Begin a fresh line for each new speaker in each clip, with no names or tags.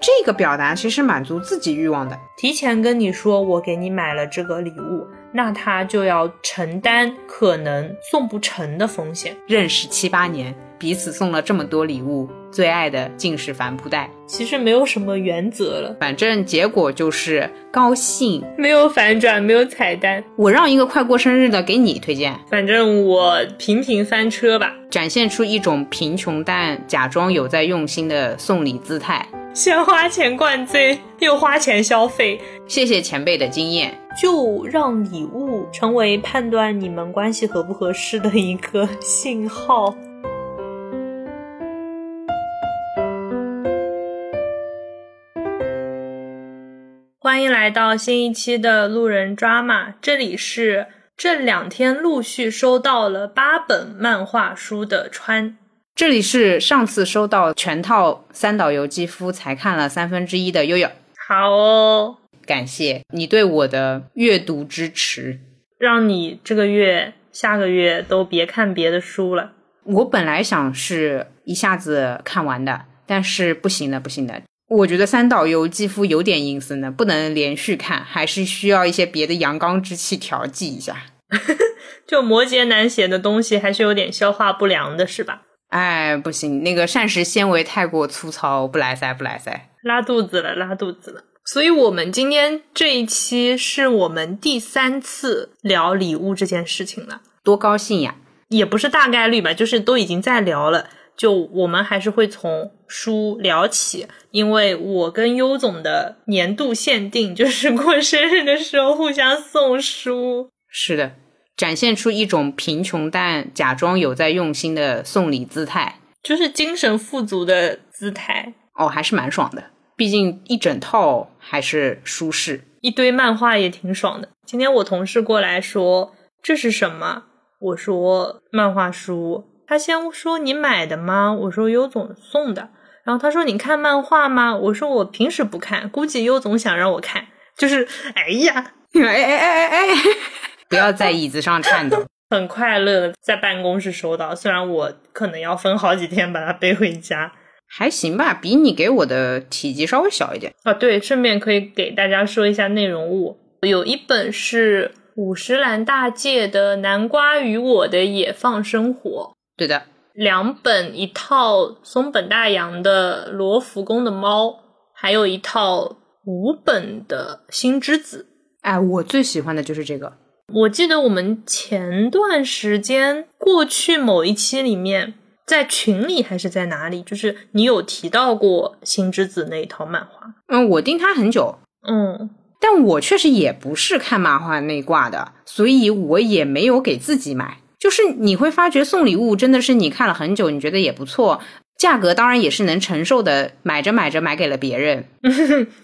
这个表达其实满足自己欲望的。
提前跟你说我给你买了这个礼物，那他就要承担可能送不成的风险。
认识七八年，彼此送了这么多礼物，最爱的竟是帆布袋。
其实没有什么原则了，
反正结果就是高兴。
没有反转，没有彩蛋，
我让一个快过生日的给你推荐，
反正我频频翻车吧。
展现出一种贫穷但假装有在用心的送礼姿态。
先花钱灌醉，又花钱消费，
谢谢前辈的经验。
就让礼物成为判断你们关系合不合适的一个信号。欢迎来到新一期的路人抓马，这里是这两天陆续收到了八本漫画书的川。
这里是上次收到全套三岛由纪夫才看了三分之一的悠悠，
好哦，
感谢你对我的阅读支持。
让你这个月、下个月都别看别的书了。
我本来想是一下子看完的，但是不行的，不行的。我觉得三岛由纪夫有点阴森的，不能连续看，还是需要一些别的阳刚之气调剂一下。
就摩羯男写的东西，还是有点消化不良的，是吧？
哎，不行，那个膳食纤维太过粗糙，不来塞，不来塞。
拉肚子了，拉肚子了。所以，我们今天这一期是我们第三次聊礼物这件事情了，
多高兴呀！
也不是大概率吧，就是都已经在聊了，就我们还是会从书聊起，因为我跟优总的年度限定 就是过生日的时候互相送书。
是的，展现出一种贫穷但假装有在用心的送礼姿态，
就是精神富足的姿态。
哦，还是蛮爽的。毕竟一整套还是舒适。
一堆漫画也挺爽的。今天我同事过来说这是什么，我说漫画书。他先说你买的吗？我说优总送的。然后他说你看漫画吗？我说我平时不看，估计优总想让我看。就是哎呀，
哎哎哎哎 哎，不要在椅子上颤抖。
很快乐的在办公室收到，虽然我可能要分好几天把它背回家。
还行吧，比你给我的体积稍微小一点。
啊，对，顺便可以给大家说一下内容物，有一本是五十岚大介的《南瓜与我的野放生活》，
对的，
两本，一套松本大洋的《罗浮宫的猫》，还有一套五本的《星之子》。
哎，我最喜欢的就是这个。
我记得我们前段时间过去某一期里面，在群里还是在哪里，就是你有提到过《星之子》那一套漫画。
嗯，我盯它很久，
嗯，
但我确实也不是看漫画那一挂的，所以我也没有给自己买。就是你会发觉送礼物真的是你看了很久，你觉得也不错，价格当然也是能承受的，买着买着买给了别人，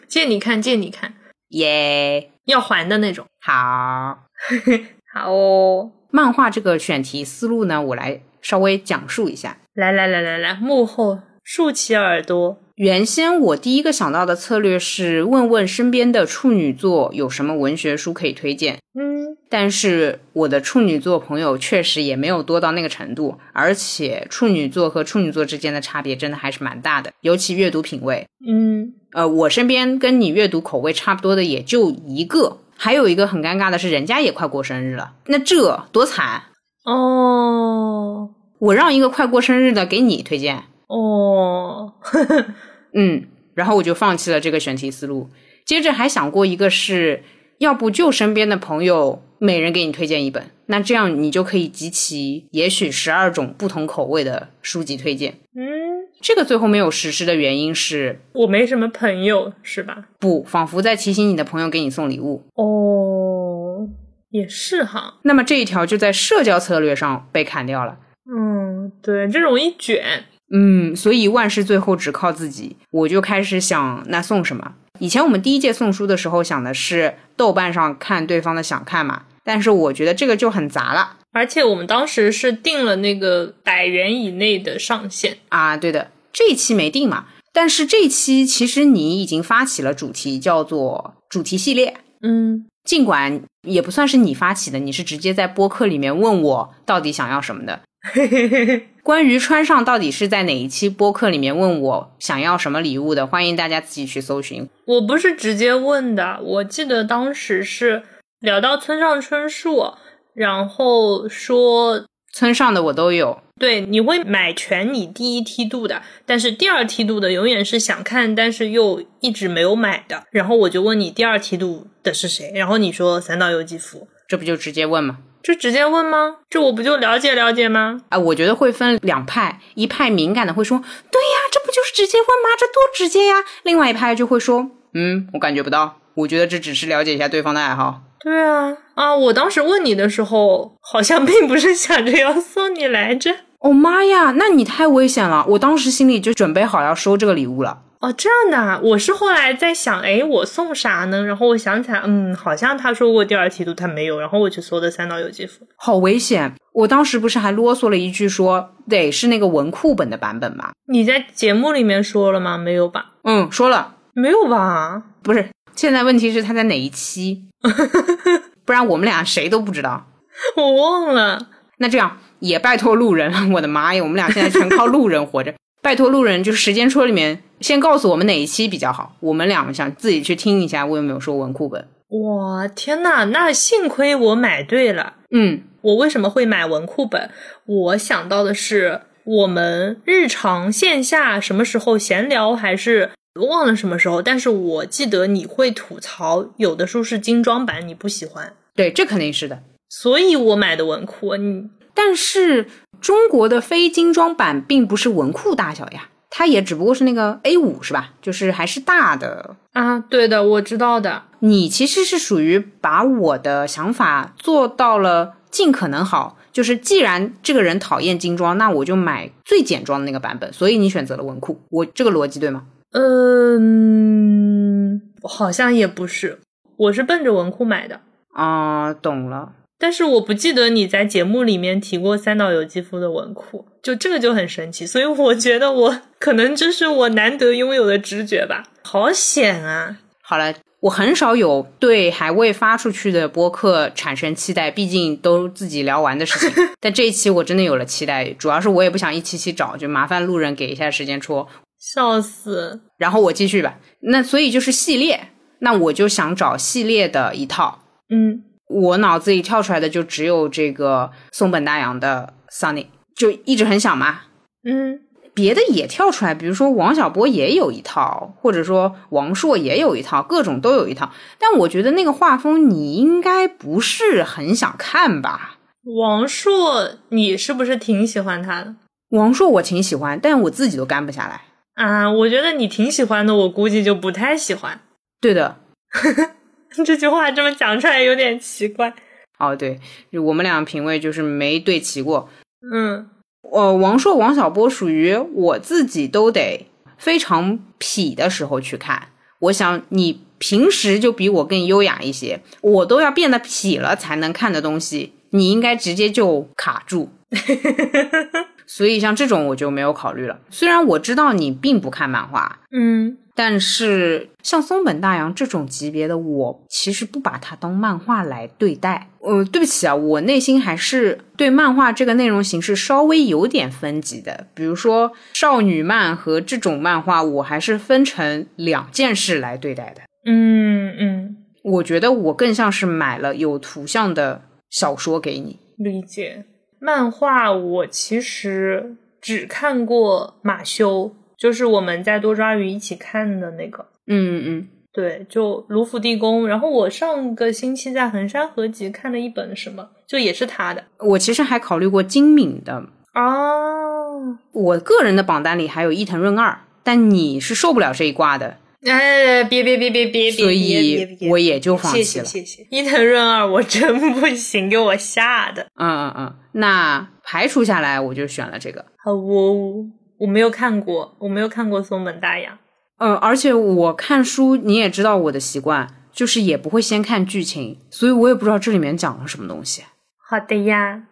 借你看，借你看，
耶、
要还的那种。
好，
好哦，
漫画这个选题思路呢，我来稍微讲述一下。
来来来来来，幕后竖起耳朵。
原先我第一个想到的策略是问问身边的处女座有什么文学书可以推荐，
嗯，
但是我的处女座朋友确实也没有多到那个程度，而且处女座和处女座之间的差别真的还是蛮大的，尤其阅读品味。
嗯，
呃，我身边跟你阅读口味差不多的也就一个，还有一个很尴尬的是，人家也快过生日了，那这多惨！啊
哦
我让一个快过生日的给你推荐，
哦，
嗯，然后我就放弃了这个选题思路。接着还想过一个是，要不就身边的朋友每人给你推荐一本，那这样你就可以集齐也许十二种不同口味的书籍推荐。
嗯，
这个最后没有实施的原因是，
我没什么朋友，是吧？
不，仿佛在提醒你的朋友给你送礼物。
哦，也是哈，
那么这一条就在社交策略上被砍掉了。
嗯，对，这容易卷，
嗯，所以万事最后只靠自己，我就开始想，那送什么？以前我们第一届送书的时候想的是豆瓣上看对方的想看嘛，但是我觉得这个就很杂了
而且我们当时是定了那个百元以内的上限，
啊。对的，这一期没定嘛，但是这一期其实你已经发起了主题，叫做主题系列。
嗯
尽管也不算是你发起的，你是直接在播客里面问我到底想要什么的。关于川上到底是在哪一期播客里面问我想要什么礼物的，欢迎大家自己去搜寻。
我不是直接问的，我记得当时是聊到村上春树，然后说
村上的我都有，
对，你会买全你第一梯度的，但是第二梯度的永远是想看，但是又一直没有买的。然后我就问你第二梯度的是谁，然后你说三岛由纪夫，
这不就直接问吗？
就直接问吗？这我不就了解了解吗？
啊，我觉得会分两派，一派敏感的会说，对呀，这不就是直接问吗？这多直接呀！另外一派就会说，嗯，我感觉不到，我觉得这只是了解一下对方的爱好。
对啊，啊，我当时问你的时候，好像并不是想着要送你来着。
哦妈呀，那你太危险了！我当时心里就准备好要收这个礼物了。
哦，这样的啊，我是后来在想，哎，我送啥呢？然后我想起来，嗯，好像他说过第二梯度他没有，然后我去搜的三岛由纪夫。
好危险！我当时不是还啰嗦了一句说，得是那个文库本的版本吧？
你在节目里面说了吗？没有吧？
嗯，说了，
没有吧？
不是。现在问题是他在哪一期？ 不然我们俩谁都不知道。
我忘了。
那这样也拜托路人了，我的妈呀，我们俩现在全靠路人活着。拜托路人，就是时间戳里面先告诉我们哪一期比较好，我们俩想自己去听一下我有没有说文库本。
哇，天呐，那幸亏我买对了。
嗯，
我为什么会买文库本？我想到的是我们日常线下什么时候闲聊，还是忘了什么时候，但是我记得你会吐槽有的书是精装版，你不喜欢，
对，这肯定是的。
所以我买的文库。你
但是中国的非精装版并不是文库大小呀，它也只不过是那个 A 五是吧？就是还是大的。
啊，对的，我知道的。
你其实是属于把我的想法做到了尽可能好，就是既然这个人讨厌精装，那我就买最简装的那个版本，所以你选择了文库，我这个逻辑对吗？
嗯，好像也不是，我是奔着文库买的。
啊、懂了。
但是我不记得你在节目里面提过三岛由纪夫的文库，就这个就很神奇，所以我觉得我可能这是我难得拥有的直觉吧，好险啊！
好了，我很少有对还未发出去的播客产生期待，毕竟都自己聊完的事 情。但这一期我真的有了期待，主要是我也不想一期期找，就麻烦路人给一下时间戳，
笑死！
然后我继续吧。那所以就是系列，那我就想找系列的一套。
嗯，
我脑子里跳出来的就只有这个松本大洋的《Sunny》，就一直很想嘛。
嗯，
别的也跳出来，比如说王小波也有一套，或者说王朔也有一套，各种都有一套。但我觉得那个画风你应该不是很想看吧？
王朔，你是不是挺喜欢他的
王朔我挺喜欢，但我自己都干不下来。
啊？我觉得你挺喜欢的，我估计就不太喜欢。
对的，
这句话这么讲出来有点奇怪。
哦对，就我们俩品味就是没对齐过。
嗯
呃，王朔、王小波属于我自己都得非常痞的时候去看。我想你平时就比我更优雅一些，我都要变得痞了才能看的东西，你应该直接就卡住。 所以像这种我就没有考虑了。虽然我知道你并不看漫画，
嗯，
但是像松本大洋这种级别的，我其实不把它当漫画来对待。呃，对不起啊，我内心还是对漫画这个内容形式稍微有点分级的。比如说少女漫和这种漫画，我还是分成两件事来对待的。
嗯嗯，
我觉得我更像是买了有图像的小说给你。
理解。漫画我其实只看过马修，就是我们在多抓鱼一起看的那个。
嗯嗯，
对，就《卢浮地宫》。然后我上个星期在衡山合集看了一本什么，就也是他的
我其实还考虑过金敏的
哦。
我个人的榜单里还有伊藤润二，但你是受不了这一挂的，
哎，别别别别别别
所
别别
以
别！
我也就放弃
谢
了。
谢谢谢，伊藤润二我真不行，给我吓的。
嗯嗯嗯，那排除下来我就选了这个。
好哦，我没有看过，我没有看过松本大洋。
呃，而且我看书你也知道我的习惯，就是也不会先看剧情，所以我也不知道这里面讲了什么东西。
好的呀，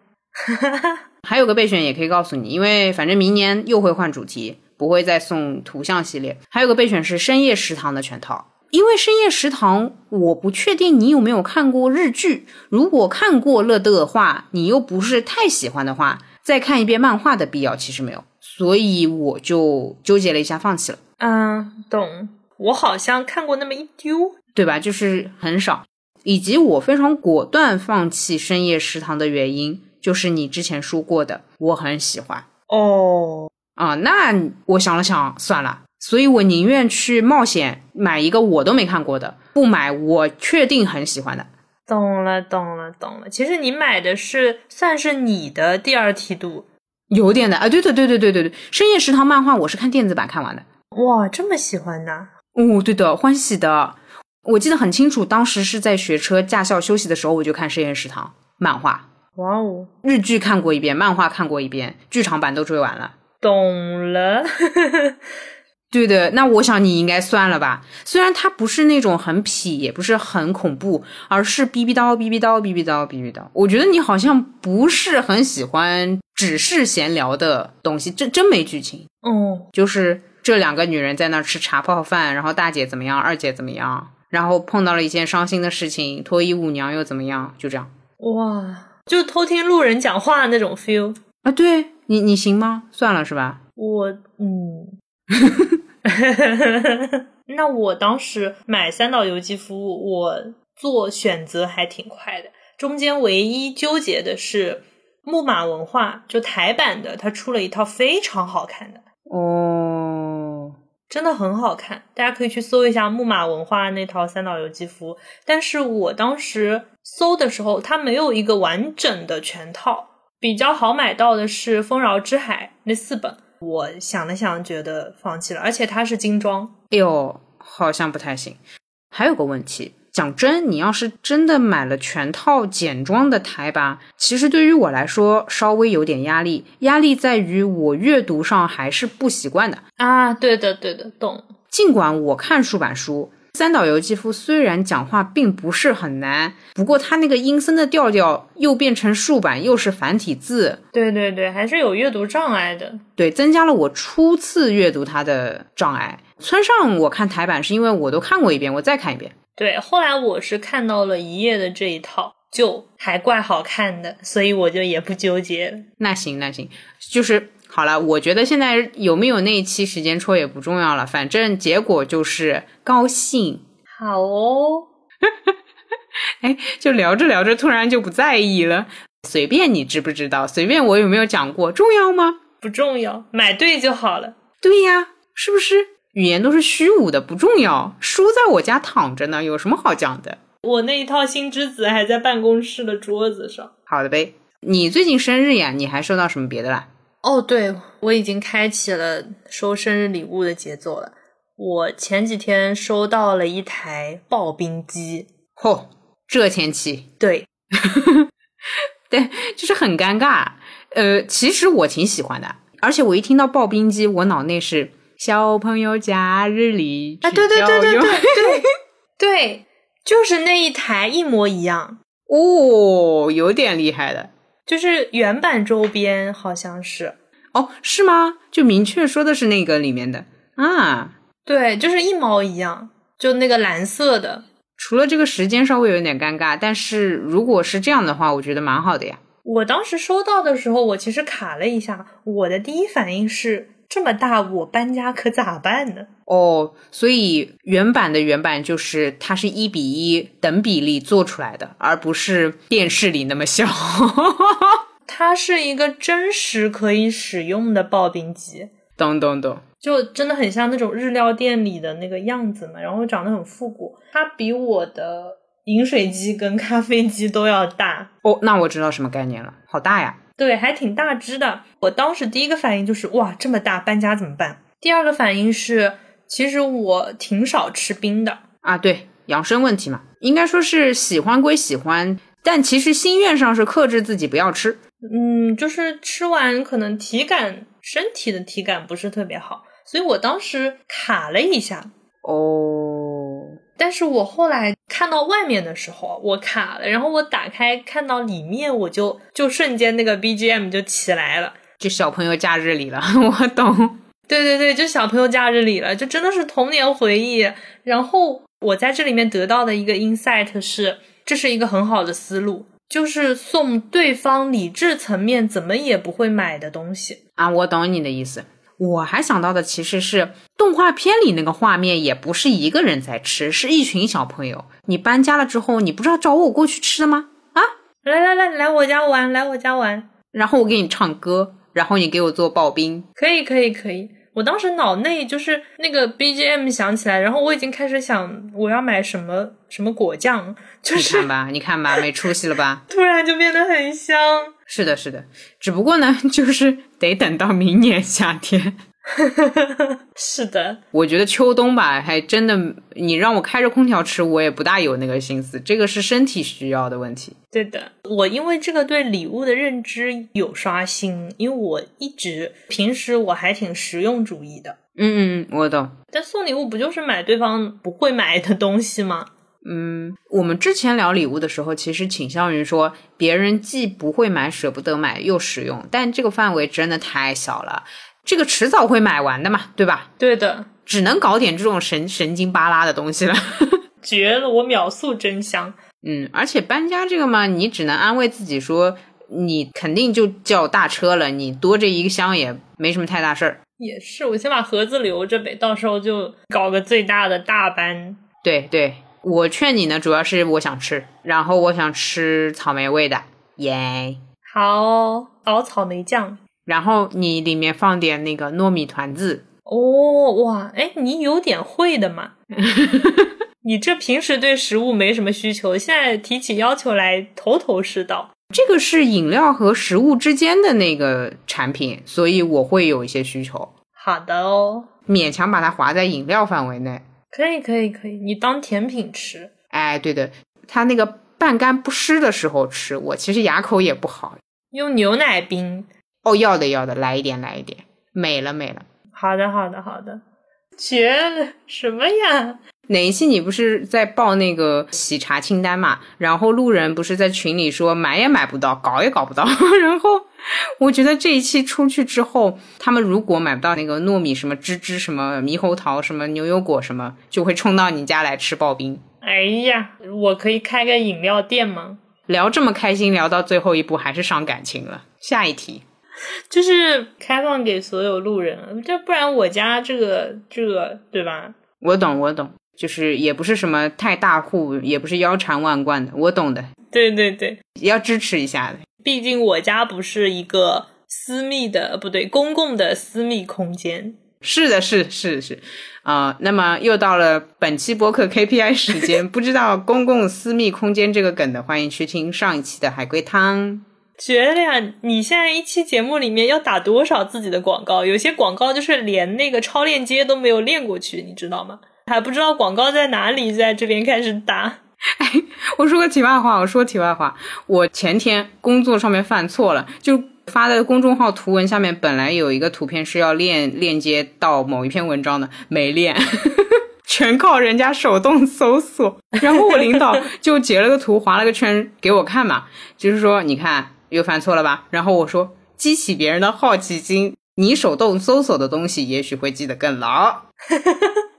还有个备选也可以告诉你，因为反正明年又会换主题，不会再送图像系列。还有个备选是深夜食堂的全套，因为深夜食堂我不确定你有没有看过日剧，如果看过了的话，你又不是太喜欢的话，再看一遍漫画的必要其实没有，所以我就纠结了一下，放弃了，
嗯，懂。我好像看过那么一丢，
对吧？就是很少，以及我非常果断放弃深夜食堂的原因，就是你之前说过的，我很喜欢
哦，
啊。那我想了想，算了，所以我宁愿去冒险买一个我都没看过的，不买我确定很喜欢的。
懂了，懂了，懂了。其实你买的是算是你的第二梯度，
有点的啊，对对对对对对对，深夜食堂漫画我是看电子版看完的。
哇，这么喜欢呐？
哦，对的，欢喜的，我记得很清楚，当时是在学车驾校休息的时候，我就看深夜食堂漫画，
哇哦，
日剧看过一遍，漫画看过一遍，剧场版都追完了。
懂了，
对的，那我想你应该算了吧。虽然它不是那种很痞，也不是很恐怖，而是逼逼叨逼逼叨逼逼叨逼逼叨。我觉得你好像不是很喜欢只是闲聊的东西，真真没剧情。
哦，
就是这两个女人在那儿吃茶泡饭，然后大姐怎么样，二姐怎么样，然后碰到了一件伤心的事情，脱衣舞娘又怎么样，就这样
哇，就偷听路人讲话那种 feel。
啊？对你，你行吗？算了，是吧？
我嗯，那我当时买三岛由纪夫，我做选择还挺快的。中间唯一纠结的是木马文化，就台版的，它出了一套非常好看的，
哦，
真的很好看，大家可以去搜一下木马文化那套三岛由纪夫。但是我当时搜的时候，它没有一个完整的全套，比较好买到的是《丰饶之海》那四本。我想了想，觉得放弃了，而且它是精装。
哎呦，好像不太行。还有个问题，讲真，你要是真的买了全套简装的台吧，其实对于我来说稍微有点压力，压力在于我阅读上还是不习惯的。
啊，对的，对的，懂。
尽管我看数版书，三岛由纪夫虽然讲话并不是很难，不过他那个阴森的调调又变成竖版，又是繁体字，
对对对，还是有阅读障碍的。
对，增加了我初次阅读他的障碍。村上我看台版是因为我都看过一遍，我再看一遍。
对，后来我是看到了一夜的这一套，就还怪好看的，所以我就也不纠结了。
那行那行，就是好了。我觉得现在有没有那一期时间戳也不重要了，反正结果就是高兴。
好哦，
就聊着聊着，突然就不在意了。随便你知不知道，随便我有没有讲过，重要吗？
不重要，买对就好了。
对呀，是不是？语言都是虚无的，不重要。书在我家躺着呢，有什么好讲的？
我那一套星之子还在办公室的桌子上。
好的呗。你最近生日呀，你还收到什么别的啦？
哦，对，我已经开启了收生日礼物的节奏了。我前几天收到了一台刨冰机，
嚯，这天气
对，
就是很尴尬。呃，其实我挺喜欢的，而且我一听到刨冰机，我脑内是小朋友假日里
啊，对对对对
只要有
对对对，就是那一台一模一样，
哦，有点厉害的
就是原版周边好像是，
哦，是吗？就明确说的是那个里面的啊。
对，就是一毛一样，就那个蓝色的。
除了这个时间稍微有点尴尬，但是如果是这样的话，我觉得蛮好的呀。
我当时收到的时候，我其实卡了一下，我的第一反应是这么大，我搬家可咋办呢？
哦，所以原版的原版就是它是一比一等比例做出来的，而不是电视里那么小。
它是一个真实可以使用的刨冰机，
懂懂懂，
就真的很像那种日料店里的那个样子嘛，然后长得很复古。它比我的饮水机跟咖啡机都要大，
哦，那我知道什么概念了，好大呀！
对，还挺大只的。我当时第一个反应就是哇，这么大搬家怎么办？第二个反应是，其实我挺少吃冰的。
啊，对，养生问题嘛，应该说是喜欢归喜欢，但其实心愿上是克制自己不要吃。
嗯，就是吃完可能体感身体的体感不是特别好，所以我当时卡了一下。
哦，
但是我后来看到外面的时候，我卡了，然后我打开看到里面，我就就瞬间那个 BGM 就起来了。
就小朋友假日里了， 我懂。
对对对，就小朋友假日里了，就真的是童年回忆。然后我在这里面得到的一个 insight 是，这是一个很好的思路，就是送对方理智层面怎么也不会买的东西。
啊，我懂你的意思。我还想到的其实是动画片里那个画面，也不是一个人在吃，是一群小朋友。你搬家了之后，你不是要找我过去吃的吗？
来来来，来我家玩，来我家玩，
然后我给你唱歌，然后你给我做刨冰。
可以可以可以。我当时脑内就是那个 BGM 响起来，然后我已经开始想我要买什么什么果酱，就
你
是
看吧，你看吧，没出息了吧？
突然就变得很香。
是的，是的，只不过呢， 就是得等到明年夏天。
是的，
我觉得秋冬吧，还真的，你让我开着空调吃，我也不大有那个心思。这个是身体需要的问题。
对的，我因为这个对礼物的认知有刷新，因为我一直平时我还挺实用主义的，
嗯嗯，我懂。
但送礼物不就是买对方不会买的东西吗？
嗯，我们之前聊礼物的时候，其实倾向于说别人既不会买、舍不得买又实用，但这个范围真的太小了。这个迟早会买完的嘛，对吧？
对的，
只能搞点这种神神经巴拉的东西了。
绝了！我秒速真香。
嗯，而且搬家这个嘛，你只能安慰自己说，你肯定就叫大车了，你多这一个箱也没什么太大事儿。
也是，我先把盒子留着呗，到时候就搞个最大的大班。
对对，我劝你呢，主要是我想吃，然后我想吃草莓味的，耶。
好哦，熬草莓酱。
然后你里面放点那个糯米团子，
哦，哇，哎，你有点会的嘛。你这平时对食物没什么需求，现在提起要求来头头是道。
这个是饮料和食物之间的那个产品，所以我会有一些需求，
好的哦，
勉强把它划在饮料范围内。
可以可以可以，你当甜品吃。
哎，对的，它那个半干不湿的时候吃，我其实牙口也不好。
用牛奶冰。
哦，要的要的，来一点来一点，美了美了。
好的好的好的，绝了！什么呀？
哪一期你不是在报那个喜茶清单嘛？然后路人不是在群里说买也买不到，搞也搞不到。 然后我觉得这一期出去之后，他们如果买不到那个糯米什么芝芝什么猕猴桃什么牛油果什么，就会冲到你家来吃刨冰。
哎呀，我可以开个饮料店吗？
聊这么开心，聊到最后一步还是伤感情了。下一题，
就是开放给所有路人，这不然我家这个这个对吧？
我懂我懂，就是也不是什么太大户，也不是腰缠万贯的，我懂的，
对对对，
要支持一下的。
毕竟我家不是一个私密的，呃不对，公共的私密空间。
是的，是是是，啊、那么又到了本期播客 KPI 时间， 不知道公共私密空间这个梗的，欢迎去听上一期的海龟汤。
绝了呀！你现在一期节目里面要打多少自己的广告？有些广告就是连那个超链接都没有链过去，你知道吗？还不知道广告在哪里，在这边开始打。
我说个题外话，我说题外话，我前天工作上面犯错了，就发的公众号图文下面本来有一个图片是要链链接到某一篇文章的，没链。 全靠人家手动搜索，然后我领导就截了个图，划了个圈给我看嘛，就是说你看又犯错了吧？然后我说激起别人的好奇心，你手动搜索的东西也许会记得更牢。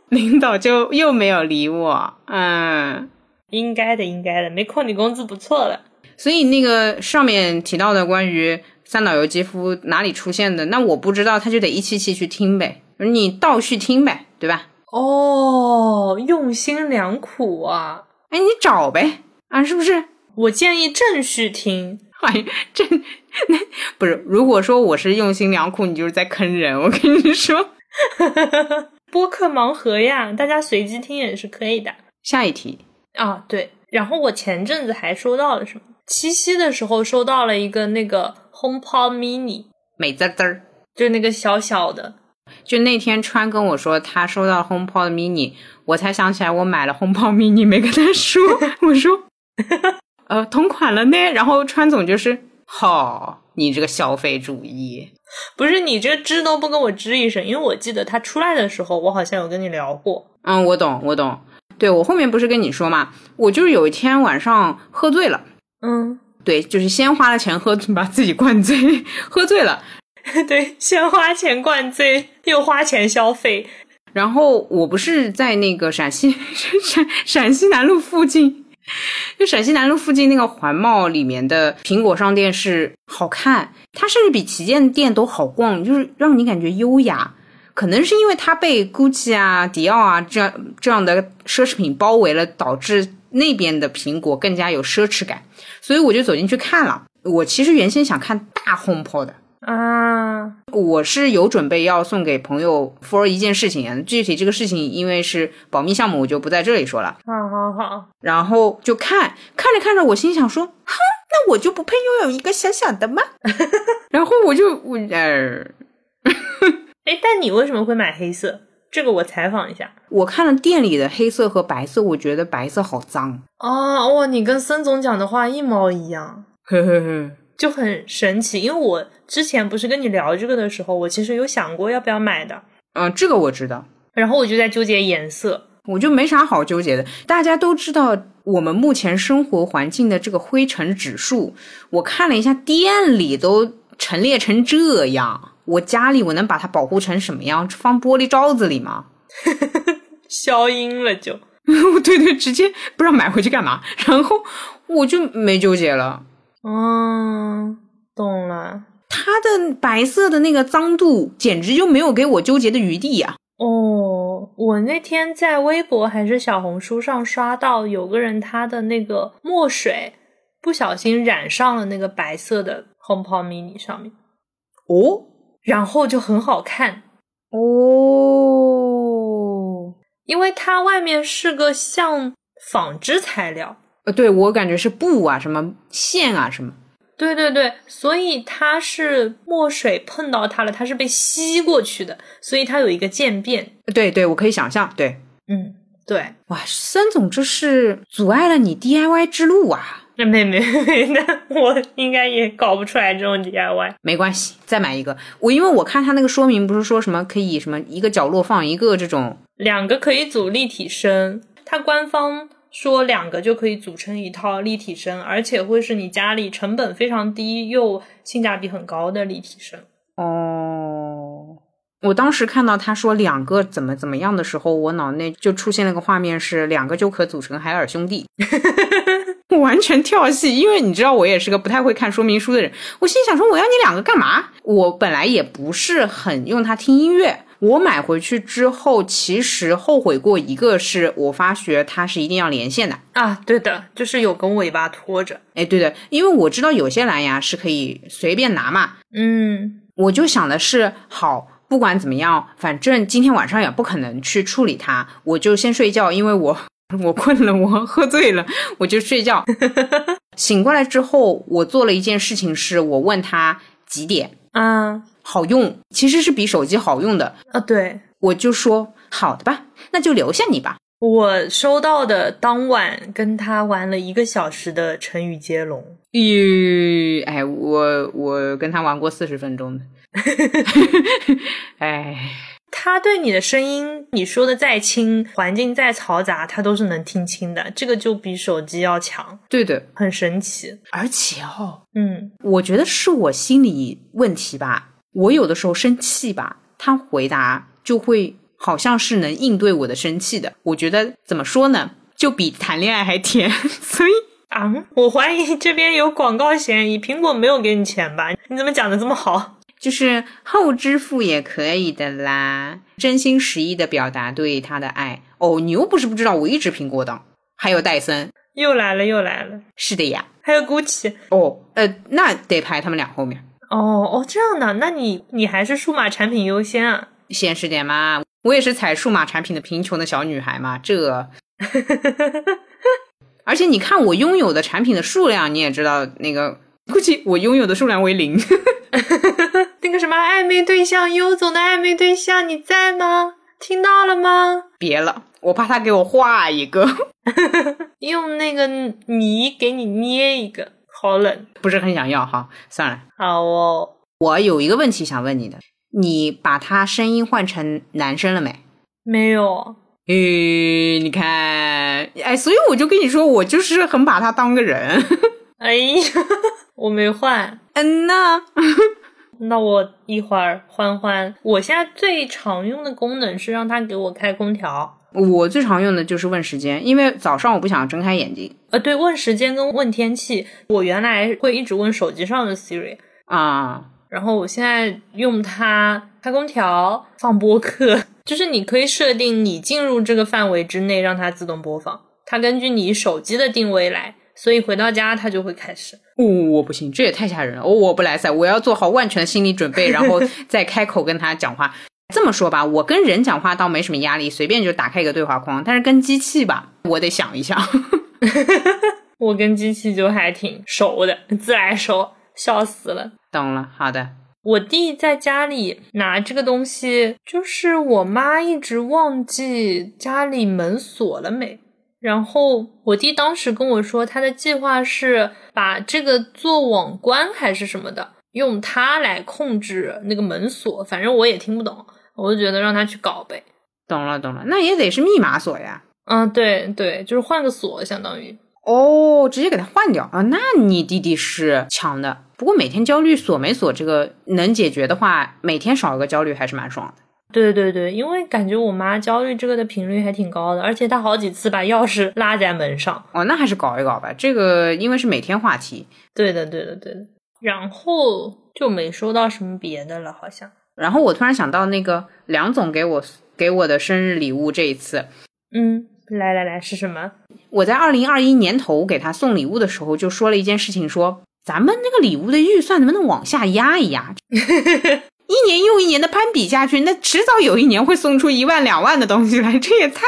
领导就又没有理我，嗯。
应该的，应该的，没扣你工资不错了。
所以那个上面提到的关于三岛由纪夫哪里出现的，那我不知道，他就得一期期去听呗，你倒叙听呗，对吧？
哦，用心良苦啊！
哎，你找呗，啊，是不是？
我建议正序听，
哎，这 那不是？如果说我是用心良苦，你就是在坑人。我跟你说，
播客盲盒呀，大家随机听也是可以的
下一题，
啊。对，然后我前阵子还收到了什么？七夕的时候收到了一个那个 HomePod Mini，
美滋滋儿。
就那个小小的，
就那天川跟我说他收到 HomePod Mini，我才想起来我买了 HomePod Mini 没跟他说，我说，呃，同款了呢。然后川总就是，好，你这个消费主义，
不是你这知都不跟我知一声，因为我记得它出来的时候，我好像有跟你聊过。
嗯，我懂，我懂。对我后面不是跟你说嘛，我就是有一天晚上喝醉了，
嗯，
对，就是先花了钱喝，把自己灌醉， 喝醉了，
对，先花钱灌醉，又花钱消费，
然后我不是在那个陕西陕陕西南路附近就陕西南路附近那个环贸里面的苹果商店是好看，它甚至比旗舰店都好逛，就是让你感觉优雅。可能是因为它被 GUCCI 啊、迪奥啊这样这样的奢侈品包围了，导致那边的苹果更加有奢侈感，所以我就走进去看了。我其实原先想看大 HomePod 的，
啊，
我是有准备要送给朋友 for 一件事情啊，具体这个事情因为是保密项目，我就不在这里说了。
好好好，
然后就看看着看着，我心想说，哼，那我就不配拥有一个小小的吗？ 然后我就我呃，
哎，但你为什么会买黑色？这个我采访一下。
我看了店里的黑色和白色，我觉得白色好脏，
哦，哇，你跟森总讲的话一毛一样，
呵呵呵，
就很神奇。因为我之前不是跟你聊这个的时候，我其实有想过要不要买的，
嗯，这个我知道。
然后我就在纠结颜色。
我就没啥好纠结的。大家都知道我们目前生活环境的这个灰尘指数，我看了一下，店里都陈列成这样，我家里我能把它保护成什么样？放玻璃罩子里吗？
消音了就，
对对，直接不知道买回去干嘛。然后我就没纠结了。
嗯，懂了。
它的白色的那个脏度，简直就没有给我纠结的余地啊呀、
哦，我那天在微博还是小红书上刷到有个人他的那个墨水不小心染上了那个白色的 HomePod Mini 上面，
哦
然后就很好看，
哦，
因为它外面是个像纺织材料，
呃，对我感觉是布啊，什么线啊，什么。
对对对，所以它是墨水碰到它了，它是被吸过去的，所以它有一个渐变。
对对，我可以想象，对，
嗯，对，
哇，森总这是阻碍了你 DIY 之路啊！
那没没没， 那我应该也搞不出来这种 DIY。
没关系，再买一个。我因为我看他那个说明，不是说什么可以什么一个角落放一个这种，
两个可以组立体声，它官方说两个就可以组成一套立体声，而且会是你家里成本非常低又性价比很高的立体声。
哦，我当时看到他说两个怎么怎么样的时候，我脑内就出现了个画面，是两个就可组成海尔兄弟。 我完全跳戏，因为你知道我也是个不太会看说明书的人。我心想说，我要你两个干嘛？我本来也不是很用它听音乐。我买回去之后，其实后悔过一个，是我发觉它是一定要连线的。
啊，对的，就是有根尾巴拖着。
哎，对的，因为我知道有些蓝牙是可以随便拿嘛，
嗯，
我就想的是，好，不管怎么样，反正今天晚上也不可能去处理它，我就先睡觉，因为我 我困了，我喝醉了，我就睡觉。 醒过来之后，我做了一件事情是，我问他几点
啊
好用，其实是比手机好用的，
啊，对
我就说好的吧，那就留下你吧。
我收到的当晚跟他玩了一个小时的成语接龙。
咦，哎，我我跟他玩过四十分钟的， 哎。
他对你的声音，你说的再轻，环境再嘈杂，他都是能听清的。这个就比手机要强，
对的，
很神奇。
而且哦，
嗯，
我觉得是我心理问题吧。我有的时候生气吧，他回答就会好像是能应对我的生气的。我觉得怎么说呢，就比谈恋爱还甜。 所以
啊，我怀疑这边有广告嫌疑，苹果没有给你钱吧？你怎么讲的这么好？
就是后支付也可以的啦，真心实意的表达对他的爱。哦，你又不是不知道，我一直苹果党，还有戴森，
又来了，又来了，
是的呀。
还有 GUCCI。
哦，呃，那得排他们俩后面。
哦哦，这样的，那你你还是数码产品优先啊？
现实点嘛，我也是踩数码产品的贫穷的小女孩嘛，这。而且你看我拥有的产品的数量，你也知道那个，估计我拥有的数量为零。
那个什么暧昧对象，优总的暧昧对象，你在吗？听到了吗？
别了，我怕他给我画一个，
用那个泥给你捏一个，好冷。
不是很想要哈。算了，
好哦，
我有一个问题想问你的，你把他声音换成男生了没？
没有，啊
诶，你看，哎，所以我就跟你说，我就是很把他当个人。
哎呀， 我没换。
嗯呐，
那我一会儿换换。我现在最常用的功能是让它给我开空调，
我最常用的就是问时间，因为早上我不想睁开眼睛
呃，对，问时间跟问天气，我原来会一直问手机上的 Siri，
啊。
然后我现在用它开空调、放播客， 就是你可以设定你进入这个范围之内让它自动播放，它根据你手机的定位来，所以回到家它就会开始。
我、哦我不行，这也太吓人了，哦我我不来塞，我要做好万全的心理准备，然后再开口跟他讲话。这么说吧，我跟人讲话倒没什么压力，随便就打开一个对话框，但是跟机器吧，我得想一想。
我跟机器就还挺熟的，自来熟，笑死了。
懂了，好的，
我弟在家里拿这个东西，就是我妈一直忘记家里门锁了没。然后我弟当时跟我说，他的计划是把这个做网关还是什么的，用它来控制那个门锁。反正我也听不懂，我就觉得让他去搞呗。
懂了，懂了，那也得是密码锁呀。
嗯，对对，就是换个锁，相当于。
哦，直接给它换掉啊？那你弟弟是强的，不过每天焦虑锁没锁这个能解决的话，每天少一个焦虑还是蛮爽的。
对对对，因为感觉我妈焦虑这个的频率还挺高的，而且她好几次把钥匙落在门上。
哦，那还是搞一搞吧。这个因为是每天话题，
对的，对的，对的。然后就没收到什么别的了，好像。
然后我突然想到那个梁总给我给我的生日礼物，这一次
嗯，来来来，是什么？
我在二零二一年头给他送礼物的时候，就说了一件事情说，咱们那个礼物的预算能不能往下压一压？一年又一年的攀比下去，那迟早有一年会送出一万两万的东西来，这也太……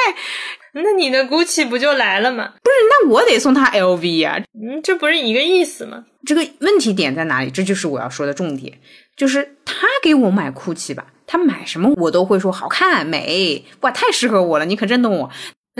那你的 Gucci 不就来了吗？
那我得送他 LV 呀、
嗯，这不是一个意思吗？
这个问题点在哪里？这就是我要说的重点，就是他给我买 GUCCI 吧，他买什么我都会说好看、美，哇，太适合我了，你可真懂我。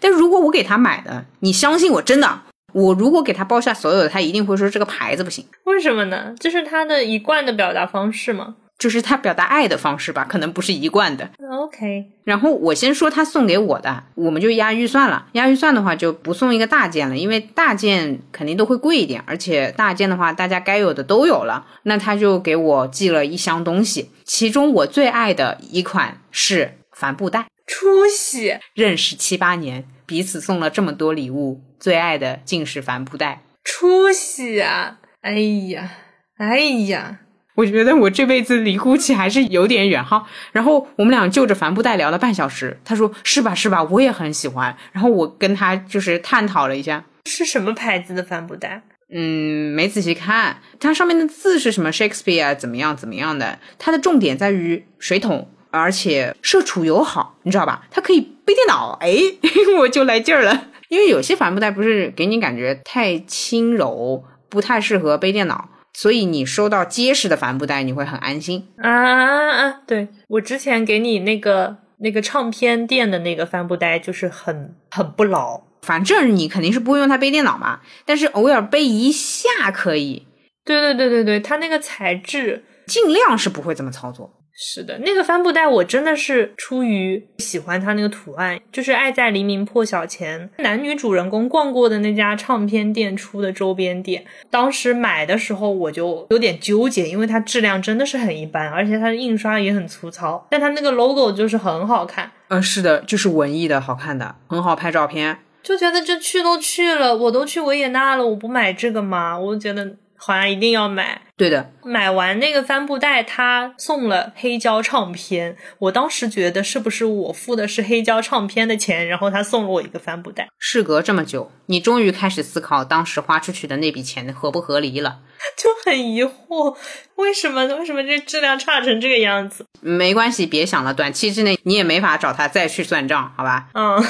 但如果我给他买的，你相信我，真的，我如果给他包下所有的，他一定会说这个牌子不行，
为什么呢？这是他的一贯的表达方式嘛。
就是他表达爱的方式吧，可能不是一贯的。
OK，
然后我先说他送给我的，我们就压预算了。压预算的话就不送一个大件了，因为大件肯定都会贵一点，而且大件的话大家该有的都有了。那他就给我寄了一箱东西，其中我最爱的一款是帆布袋。
出息，
认识七八年，彼此送了这么多礼物，最爱的竟是帆布袋。
出息啊！哎呀，哎呀，
我觉得我这辈子离姑且还是有点远哈。然后我们俩就着帆布袋聊了半小时，他说是吧是吧，我也很喜欢。然后我跟他就是探讨了一下，
是什么牌子的帆布袋？
嗯，没仔细看它上面的字是什么 Shakespeare 啊，怎么样怎么样的。它的重点在于水桶，而且社畜友好，你知道吧？它可以背电脑，哎， 我就来劲儿了。因为有些帆布袋不是给你感觉太轻柔，不太适合背电脑，所以你收到结实的帆布袋，你会很安心。
啊啊啊！啊！对我之前给你那个那个唱片店的那个帆布袋，就是很很不牢。
反正你肯定是不会用它背电脑嘛，但是偶尔背一下可以，
对对对对对，它那个材质
尽量是不会这么操作。
是的，那个帆布袋我真的是出于喜欢它那个图案，就是《爱在黎明破晓前》男女主人公逛过的那家唱片店出的周边店。当时买的时候我就有点纠结，因为它质量真的是很一般，而且它的印刷也很粗糙，但它那个 logo 就是很好看，
嗯、是的，就是文艺的、好看的，很好拍照片。
就觉得这去都去了，我都去维也纳了，我不买这个吗？我就觉得好像一定要买。
对的，
买完那个帆布袋，他送了黑胶唱片。我当时觉得是不是我付的是黑胶唱片的钱，然后他送了我一个帆布袋。
事隔这么久，你终于开始思考当时花出去的那笔钱合不合理了。
就很疑惑，为什么为什么这质量差成这个样子？
没关系，别想了，短期之内你也没法找他再去算账，好吧？
嗯，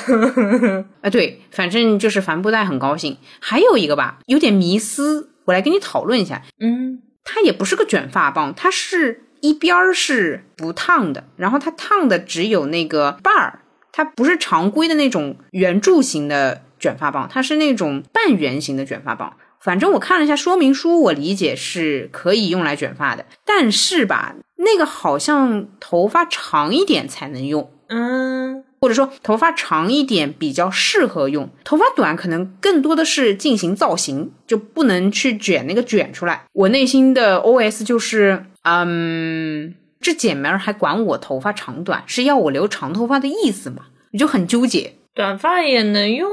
啊，对，反正就是帆布袋很高兴。还有一个吧，有点迷思，我来跟你讨论一下。
嗯，
它也不是个卷发棒，它是一边儿是不烫的，然后它烫的只有那个把儿，它不是常规的那种圆柱形的卷发棒，它是那种半圆形的卷发棒。反正我看了一下说明书，我理解是可以用来卷发的，但是吧，那个好像头发长一点才能用，
嗯，
或者说头发长一点比较适合用，头发短可能更多的是进行造型，就不能去卷那个卷出来。我内心的 OS 就是，嗯，这姐们儿还管我头发长短，是要我留长头发的意思吗？你就很纠结。
短发也能用？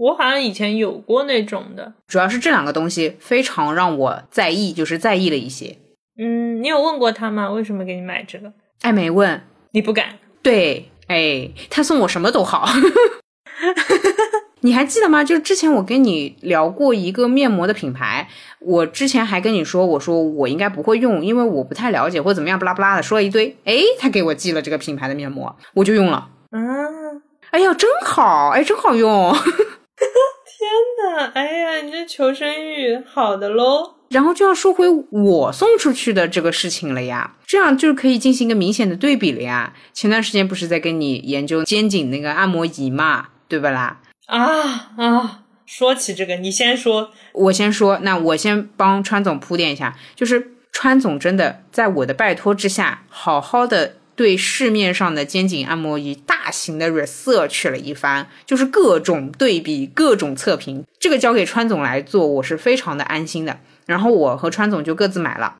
我好像以前有过那种的。
主要是这两个东西非常让我在意，就是在意了一些。
嗯，你有问过他吗？为什么给你买这个？
艾美问，
你不敢？
对，哎，他送我什么都好。 你还记得吗？就是之前我跟你聊过一个面膜的品牌，我之前还跟你说，我说我应该不会用，因为我不太了解或怎么样，不拉不拉的说了一堆。哎，他给我寄了这个品牌的面膜，我就用了。
啊，
哎呀，真好，哎，真好用。
真的？哎呀，你这求生欲好的喽。
然后就要说回我送出去的这个事情了呀，这样就是可以进行一个明显的对比了呀。前段时间不是在跟你研究肩颈那个按摩仪嘛，对不啦？
啊啊！说起这个，你先说。
我先说，那我先帮川总铺垫一下，就是川总真的在我的拜托之下，好好的对市面上的肩颈按摩仪大型的 research 了一番，就是各种对比、各种测评，这个交给川总来做，我是非常的安心的。然后我和川总就各自买了，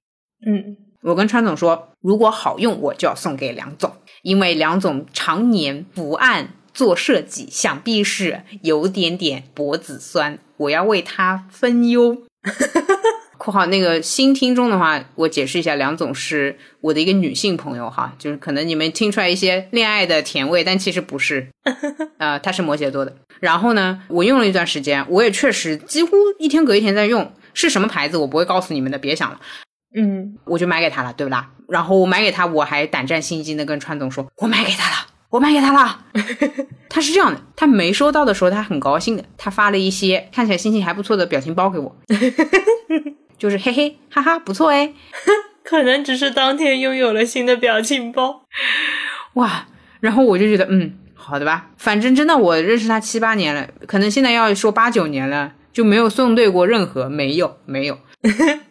嗯，
我跟川总说，如果好用，我就要送给梁总，因为梁总常年伏案做设计，想必是有点点脖子酸，我要为他分忧。 （括号那个新听众的话，我解释一下，梁总是我的一个女性朋友哈，就是可能你们听出来一些恋爱的甜味，但其实不是，呃，她是摩羯座的。然后呢，我用了一段时间，我也确实几乎一天隔一天在用，是什么牌子我不会告诉你们的，别想了。
嗯，
我就买给他了，对不啦？然后我买给他，我还胆战心惊的跟川总说，我买给他了，我买给他了。他是这样的，他没收到的时候，他很高兴的，他发了一些看起来心情还不错的表情包给我，就是嘿嘿哈哈，不错哎，
可能只是当天拥有了新的表情包。
哇！然后我就觉得，嗯，好的吧，反正真的我认识他七八年了，可能现在要说八九年了，就没有送对过任何，没有，没有。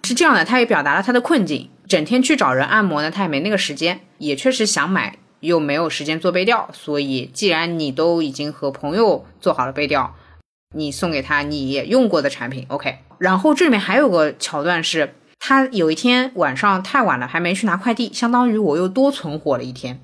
是这样的，他也表达了他的困境，整天去找人按摩呢，他也没那个时间，也确实想买，又没有时间做背调，所以既然你都已经和朋友做好了背调，你送给他你也用过的产品，OK。然后这里面还有个桥段是，他有一天晚上太晚了，还没去拿快递，相当于我又多存活了一天。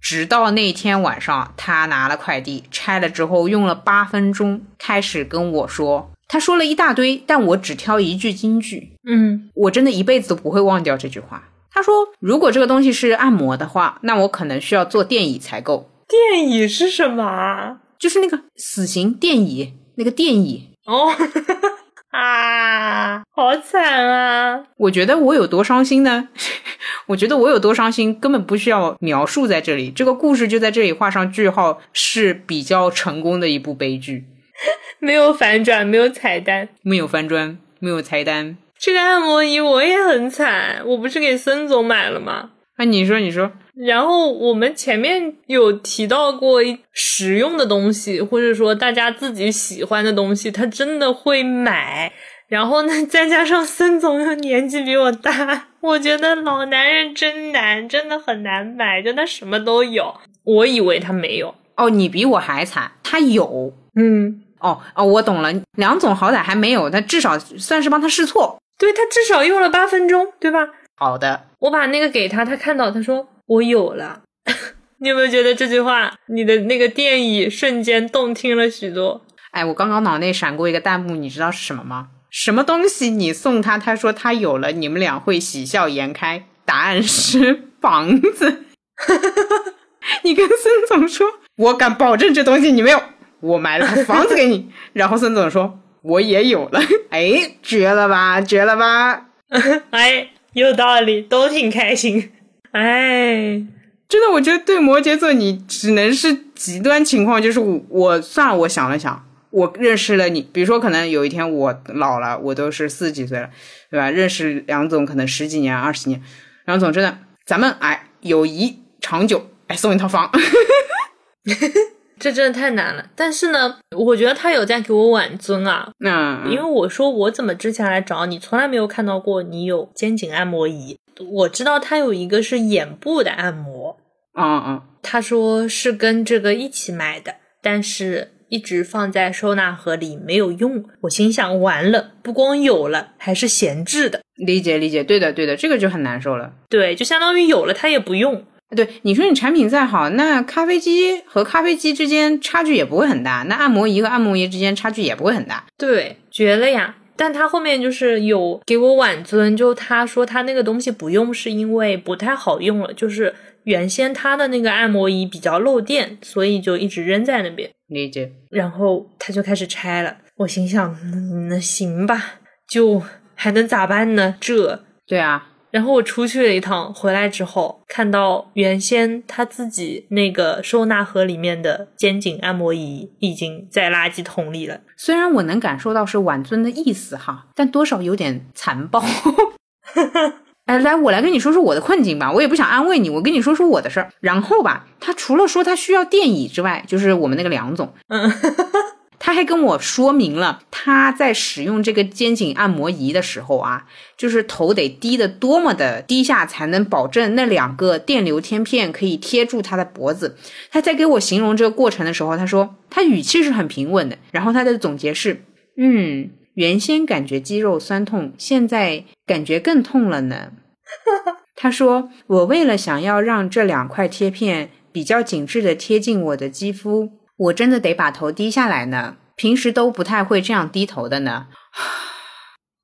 直到那天晚上，他拿了快递，拆了之后用了八分钟，开始跟我说，他说了一大堆，但我只挑一句金句，
嗯
我真的一辈子都不会忘掉这句话。他说，如果这个东西是按摩的话，那我可能需要做电椅采购，，
电椅是什么啊？
就是那个死刑电椅，那个电椅。
哦， 啊，好惨啊！
我觉得我有多伤心呢？ 我觉得我有多伤心，根本不需要描述在这里。这个故事就在这里画上句号，是比较成功的一部悲剧。
没有反转，没有彩蛋。
没有翻砖，没有菜单。
这个按摩仪我也很惨，我不是给森总买了吗？
那、你说，你说，
然后我们前面有提到过一实用的东西，或者说大家自己喜欢的东西，他真的会买。然后呢，再加上森总又年纪比我大，我觉得老男人真难，真的很难买，真的什么都有。我以为他没有，
哦，你比我还惨，他有。
嗯，
哦哦，我懂了，梁总好歹还没有，他至少算是帮他试错。
对他至少用了八分钟，对吧？
好的，
我把那个给他，他看到，他说我有了。 你有没有觉得这句话，你的那个电椅瞬间动听了许多？
哎，我刚刚脑内闪过一个弹幕，你知道是什么吗？什么东西你送他，他说他有了，你们俩会喜笑颜开。答案是房子。 你跟孙总说，我敢保证这东西你没有，我买了个房子给你。 然后孙总说，我也有了。 哎，绝了吧，绝了吧！
哎，有道理，都挺开心。哎，
真的，我觉得对摩羯座，你只能是极端情况，就是我我算了，我想了想，我认识了你，比如说可能有一天我老了，我都是四十几岁了，对吧？认识梁总可能十几年、二十年，梁总真的，咱们哎友谊长久，哎送一套房，
这真的太难了。但是呢，我觉得他有在给我挽尊啊，
那
因为我说我怎么之前来找你，从来没有看到过你有肩颈按摩仪。我知道他有一个是眼部的按摩，
嗯嗯
他说是跟这个一起买的，但是一直放在收纳盒里没有用。我心想，完了，不光有了，还是闲置的。
理解理解，对的对的，这个就很难受了。啊
对，就相当于有了，他也不用。
对，你说你产品再好，那咖啡机和咖啡机之间差距也不会很大，那按摩仪和按摩仪之间差距也不会很大。
对，绝了呀！但他后面就是有给我挽尊，就他说他那个东西不用是因为不太好用了，就是原先他的那个按摩仪比较漏电，所以就一直扔在那边。
理解，
然后他就开始拆了，我心想，嗯那行吧，就还能咋办呢？这。
对啊，
然后我出去了一趟，回来之后看到原先他自己那个收纳盒里面的肩颈按摩仪已经在垃圾桶里了。
虽然我能感受到是婉尊的意思哈，但多少有点残暴。 哎，来，我来跟你说说我的困境吧，我也不想安慰你，我跟你说说我的事儿。然后吧，他除了说他需要电椅之外，就是我们那个梁总，
嗯，
他还跟我说明了他在使用这个肩颈按摩仪的时候啊，就是头得低得多么的低下，才能保证那两个电流贴片可以贴住他的脖子。他在给我形容这个过程的时候，他说他语气是很平稳的，然后他的总结是，嗯，原先感觉肌肉酸痛，现在感觉更痛了呢。他说：“我为了想要让这两块贴片比较紧致的贴近我的肌肤，我真的得把头低下来呢。平时都不太会这样低头的呢。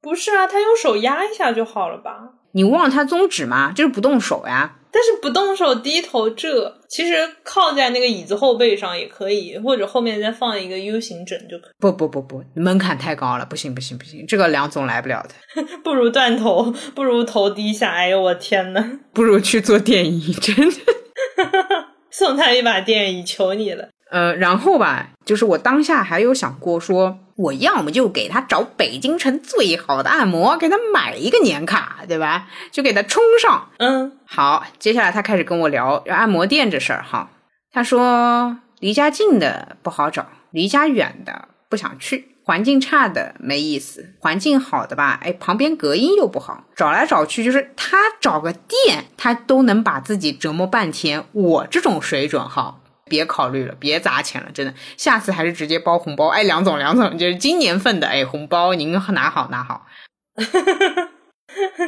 不是啊，他用手压一下就好了吧？
你忘了他宗旨吗？就是不动手呀。
但是不动手低头这，其实靠在那个椅子后背上也可以，或者后面再放一个 U 型枕就可
不不不不，门槛太高了，不行不行不行，这个梁总来不了的，
以，不如断头， 不如头低下。哎呦我天呐，
不如去做电椅，真的。”
送他一把电椅，求你了。
呃，然后吧，就是我当下还有想过说，我要么就给他找北京城最好的按摩，给他买一个年卡，对吧？就给他充上，
嗯，
好，接下来他开始跟我聊按摩店这事儿哈。他说离家近的不好找，离家远的不想去，环境差的没意思，环境好的吧，哎，旁边隔音又不好，找来找去就是他找个店，他都能把自己折磨半天。我这种水准哈。别考虑了，别砸钱了，真的，下次还是直接包红包。哎，梁总，梁总，就是今年份的，哎，红包您拿好拿好。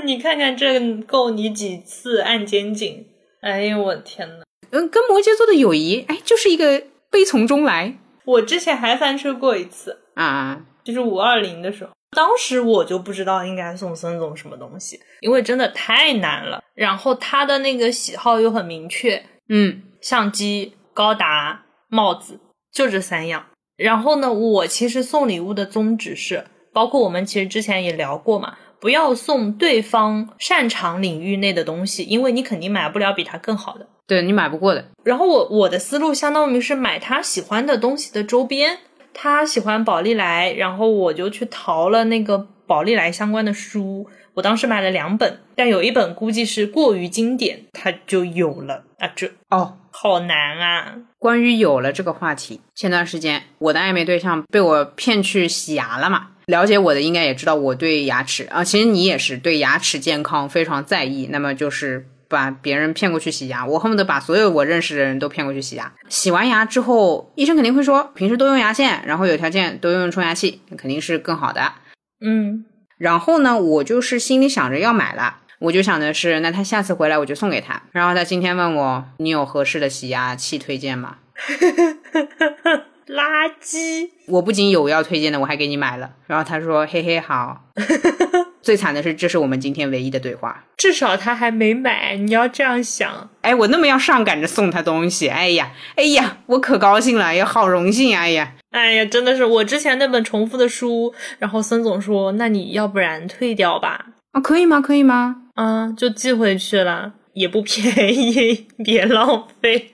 你看看这够你几次按肩颈？哎呦我天呐，
嗯，跟摩羯座的友谊，哎，就是一个悲从中来
我之前还翻车过一次，
啊、
就是五二零的时候。当时我就不知道应该送孙总什么东西，因为真的太难了。然后他的那个喜好又很明确，
嗯，
相机、高达、帽子，就这三样。然后呢，我其实送礼物的宗旨是，包括我们其实之前也聊过嘛，不要送对方擅长领域内的东西，因为你肯定买不了比他更好的。
对你买不过的，
然后我我的思路相当于是买他喜欢的东西的周边，他喜欢宝丽来，然后我就去淘了那个宝丽来相关的书。我当时买了两本，但有一本估计是过于经典，它就有了啊，这
哦。
好难啊！
关于有了这个话题，前段时间我的暧昧对象被我骗去洗牙了嘛？了解我的应该也知道我对牙齿啊，其实你也是对牙齿健康非常在意。那么就是把别人骗过去洗牙，我恨不得把所有我认识的人都骗过去洗牙。洗完牙之后，医生肯定会说，平时多用牙线，然后有条件多用冲牙器，肯定是更好的。
嗯，
然后呢，我就是心里想着要买了，我就想的是，那他下次回来我就送给他。然后他今天问我，你有合适的洗牙器推荐吗？
垃圾。
我不仅有要推荐的，我还给你买了。然后他说，嘿嘿，好。 最惨的是，这是我们今天唯一的对话。
至少他还没买，你要这样想。
哎，我那么要上赶着送他东西，哎呀，哎呀，我可高兴了，哎呀，好荣幸啊，哎呀，
哎呀，真的是我之前那本重复的书，然后孙总说：“那你要不然退掉吧。”
啊，可以吗？可以吗？
啊，就寄回去了，也不便宜， 别浪费，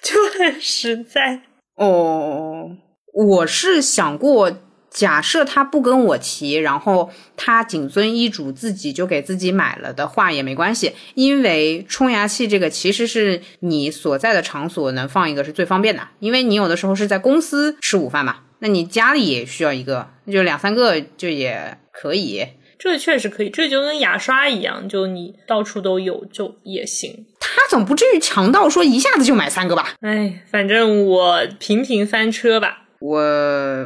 就很实在。
哦，我是想过，假设他不跟我提，然后他谨遵医嘱，自己就给自己买了的话也没关系，因为冲牙器这个其实是你所在的场所能放一个是最方便的，因为你有的时候是在公司吃午饭嘛，那你家里也需要一个，那就两三个就也可以。
这确实可以，这就跟牙刷一样，就你到处都有就也行。
他总不至于强到说一下子就买三个吧？
哎，反正我频频翻车吧。
我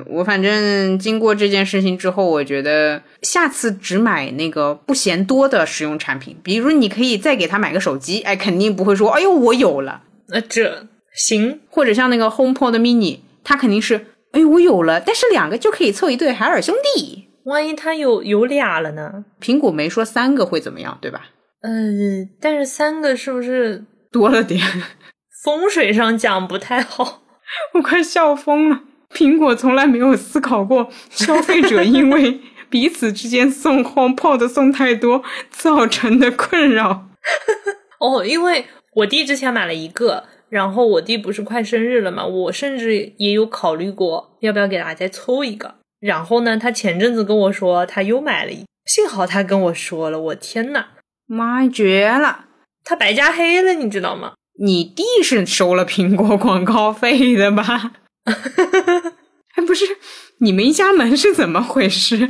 我反正经过这件事情之后，我觉得下次只买那个不嫌多的实用产品，比如你可以再给他买个手机，哎，肯定不会说哎呦我有了，
那呃这行，
或者像那个 HomePod Mini，它肯定是哎我有了，但是两个就可以凑一对海尔兄弟。
万一他有有俩了呢？
苹果没说三个会怎么样，对吧？
嗯、但是三个是不是
多了点，
风水上讲不太好？
我快笑疯了。苹果从来没有思考过消费者因为彼此之间送 HomePod 送太多造成的困扰。
哦，因为我弟之前买了一个，然后我弟不是快生日了嘛，我甚至也有考虑过要不要给他再凑一个。然后呢，他前阵子跟我说他又买了一，幸好他跟我说了，我天呐，
妈绝了！
他白加黑了，你知道吗？
你弟是收了苹果广告费的 吧？哎，不是，你们一家门是怎么回事？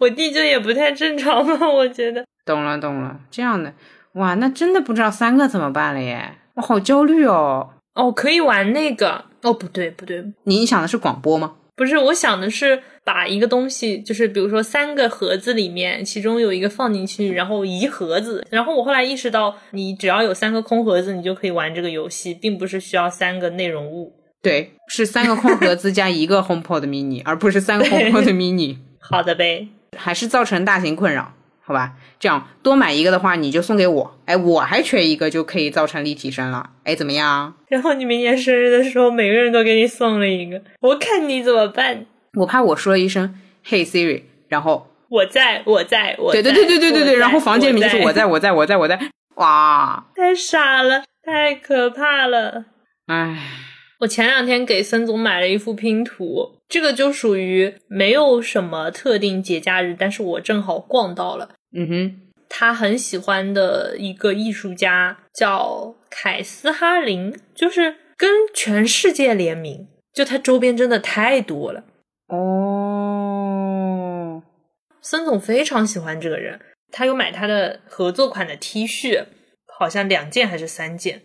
我弟就也不太正常嘛，我觉得。
懂了，懂了，这样的，哇，那真的不知道三个怎么办了耶！我好焦虑哦。
哦，可以玩那个。哦，不对，不对，
你想的是广播吗？
不是，我想的是把一个东西，就是比如说三个盒子里面，其中有一个放进去，然后移盒子。然后我后来意识到，你只要有三个空盒子，你就可以玩这个游戏，并不是需要三个内容物。
对，是三个空盒子加一个 HomePod mini，而不是三个
对
HomePod mini，
好的呗，
还是造成大型困扰，好吧？这样多买一个的话，你就送给我，哎，我还缺一个就可以造成立体声了，哎，怎么样？
然后你明年生日的时候，每个人都给你送了一个，我看你怎么办。
我怕我说了一声 “Hey Siri”，然后
我在，我在，我在
对对对对对对
我
对，
在
然后房间里面就是
我
我在我在我在我在，哇，
太傻了，太可怕了。
哎，
我前两天给森总买了一幅拼图，这个就属于没有什么特定节假日，但是我正好逛到了。
嗯哼，
他很喜欢的一个艺术家叫凯斯哈林，就是跟全世界联名，就他周边真的太多了。
哦，
森总非常喜欢这个人，他有买他的合作款的 T 恤，好像两件还是三件，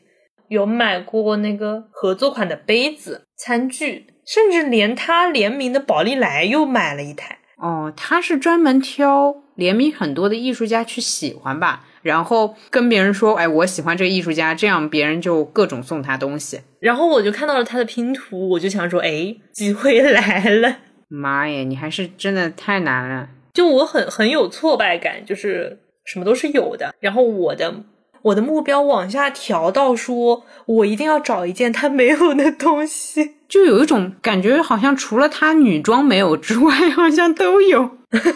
有买过那个合作款的杯子、餐具，甚至连他联名的宝丽来又买了一台。
哦，他是专门挑联名很多的艺术家去喜欢吧，然后跟别人说，哎，我喜欢这个艺术家，这样别人就各种送他东西。
然后我就看到了他的拼图，我就想说，哎，机会 来了。
妈耶，你还是真的太难了。
就我很很有挫败感，就是什么都是有的，然后我的我的目标往下调到说，我一定要找一件他没有的东西。
就有一种感觉，好像除了她女装没有之外， 好像都有。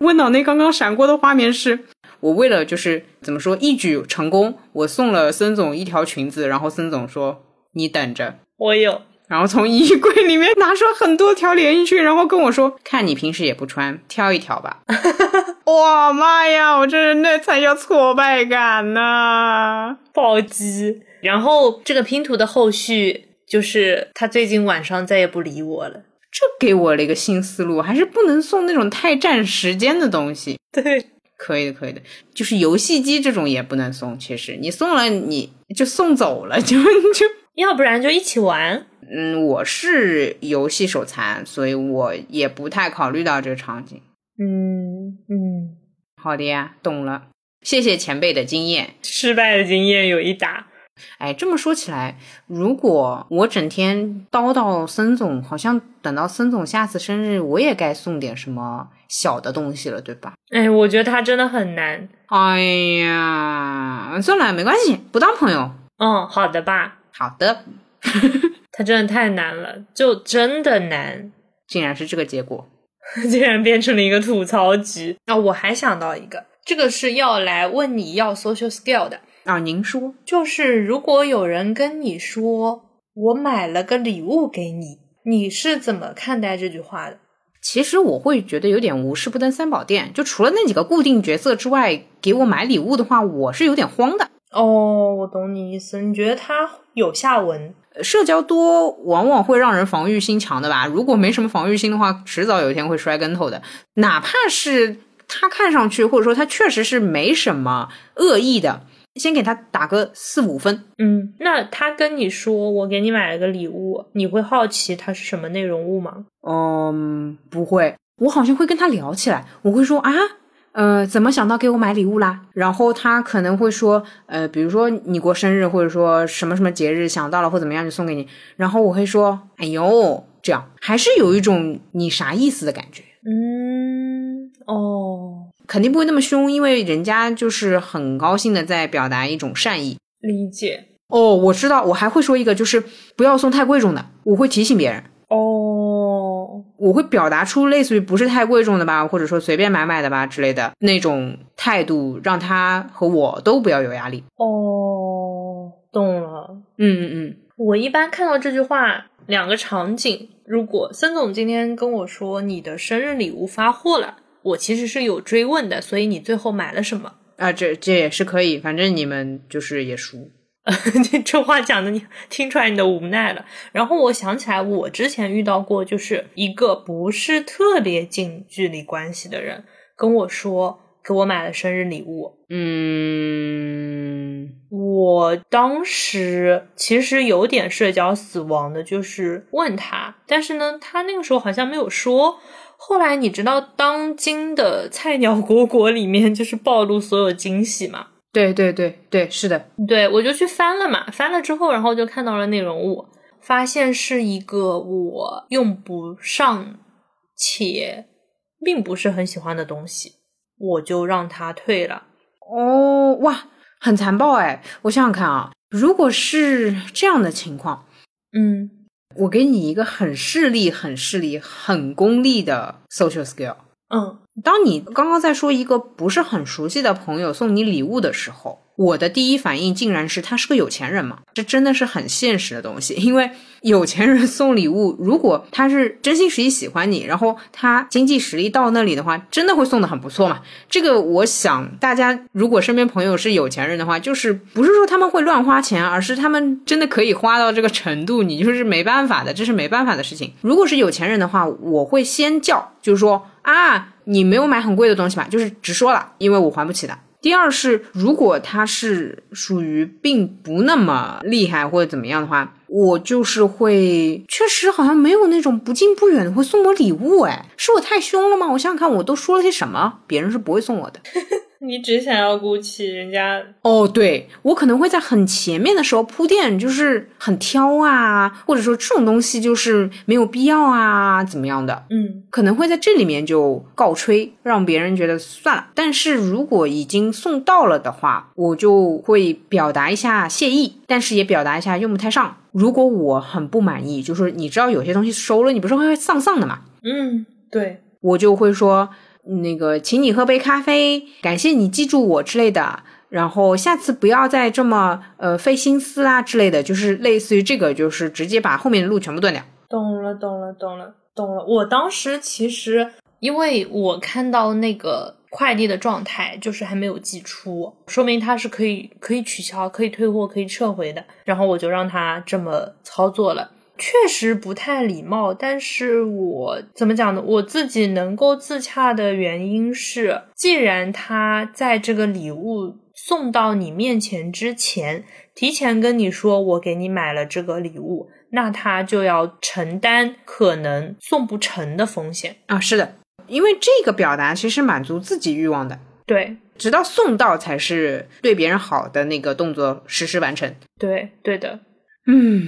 我脑内刚刚闪过的画面是，我为了就是怎么说一举成功，我送了孙总一条裙子，然后孙总说你等着，
我有，
然后从衣柜里面拿出很多条连衣裙，然后跟我说看你平时也不穿，挑一条吧。 哇妈呀，我这那才叫挫败感呐、
暴击。然后这个拼图的后续就是他最近晚上再也不理我了。
这给我了一个新思路，还是不能送那种太占时间的东西。
对，
可以的，可以的，就是游戏机这种也不能送。其实你送了，你就送走了， 就就
要不然就一起玩。
嗯，我是游戏手残，所以我也不太考虑到这个场景。
嗯嗯，
好的呀，懂了，谢谢前辈的经验。
失败的经验有一打。
哎，这么说起来，如果我整天叨叨森总，好像等到森总下次生日，我也该送点什么小的东西了，对吧？
哎，我觉得他真的很难。
哎呀，算了，没关系，不当朋友。
嗯，好的吧，
好的，
他真的太难了，就真的难。
竟然是这个结果。
竟然变成了一个吐槽局啊、我还想到一个，这个是要来问你要 social skill 的，
啊，您说，
就是如果有人跟你说我买了个礼物给你，你是怎么看待这句话的？
其实我会觉得有点无事不登三宝殿，就除了那几个固定角色之外，给我买礼物的话，我是有点慌的。
哦，我懂你意思，你觉得他有下文？
呃社交多往往会让人防御心强的吧？如果没什么防御心的话，迟早有一天会摔跟头的。哪怕是他看上去，或者说他确实是没什么恶意的，先给他打个四五分。
嗯，那他跟你说我给你买了个礼物，你会好奇它是什么内容物吗？
嗯，不会，我好像会跟他聊起来，我会说啊。呃，怎么想到给我买礼物啦？然后他可能会说，呃，比如说你过生日，或者说什么什么节日想到了或怎么样就送给你。然后我会说，哎呦，这样还是有一种你啥意思的感觉，
嗯，哦，
肯定不会那么凶，因为人家就是很高兴的在表达一种善意。
理解。
哦，我知道，我还会说一个，就是不要送太贵重的，我会提醒别人。
哦，
我会表达出类似于不是太贵重的吧，或者说随便买买的吧之类的那种态度，让他和我都不要有压力。
哦，懂了。
嗯嗯嗯，
我一般看到这句话两个场景，如果森总今天跟我说你的生日礼物发货了，我其实是有追问的，所以你最后买了什么？
啊，这这也是可以，反正你们就是也熟。
这这话讲的你听出来你的无奈了。然后我想起来，我之前遇到过，就是一个不是特别近距离关系的人跟我说给我买了生日礼物，
嗯，
我当时其实有点社交死亡的，就是问他，但是呢，他那个时候好像没有说。后来你知道当今的菜鸟蝈蝈里面就是暴露所有惊喜嘛？
对对对对，是的。
对，我就去翻了嘛，翻了之后，然后就看到了内容物，发现是一个我用不上且并不是很喜欢的东西，我就让他退了。
哦，哇，很残暴哎！我想想看啊，如果是这样的情况，
嗯，
我给你一个很势利、很势利、很功利的 social skill。
嗯，
当你刚刚在说一个不是很熟悉的朋友送你礼物的时候，我的第一反应竟然是他是个有钱人嘛？这真的是很现实的东西，因为有钱人送礼物，如果他是真心实意喜欢你，然后他经济实力到那里的话，真的会送的很不错嘛。这个我想大家如果身边朋友是有钱人的话，就是不是说他们会乱花钱，而是他们真的可以花到这个程度，你就是没办法的，这是没办法的事情。如果是有钱人的话，我会先叫，就是说啊。你没有买很贵的东西吧？就是直说了，因为我还不起的。第二是，如果他是属于并不那么厉害或者怎么样的话，我就是会确实好像没有那种不近不远的会送我礼物，哎，是我太凶了吗？我想想看，我都说了些什么，别人是不会送我的。
你只想要鼓起人家
哦，对我可能会在很前面的时候铺垫，就是很挑啊，或者说这种东西就是没有必要啊，怎么样的。
嗯
可能会在这里面就告吹，让别人觉得算了。但是如果已经送到了的话，我就会表达一下谢意，但是也表达一下用不太上。如果我很不满意，就是你知道有些东西收了，你不是会丧丧的嘛，
嗯，对，
我就会说那个，请你喝杯咖啡，感谢你记住我之类的。然后下次不要再这么呃费心思啊之类的，就是类似于这个，就是直接把后面的路全部断掉。
懂了懂了懂了懂了。我当时其实因为我看到那个快递的状态，就是还没有寄出，说明它是可以可以取消、可以退货、可以撤回的。然后我就让他这么操作了。确实不太礼貌，但是我怎么讲呢？我自己能够自洽的原因是，既然他在这个礼物送到你面前之前，提前跟你说我给你买了这个礼物，那他就要承担可能送不成的风险。
啊，是的，因为这个表达其实满足自己欲望的，
对，
直到送到才是对别人好的那个动作实施完成。
对，对的。
嗯，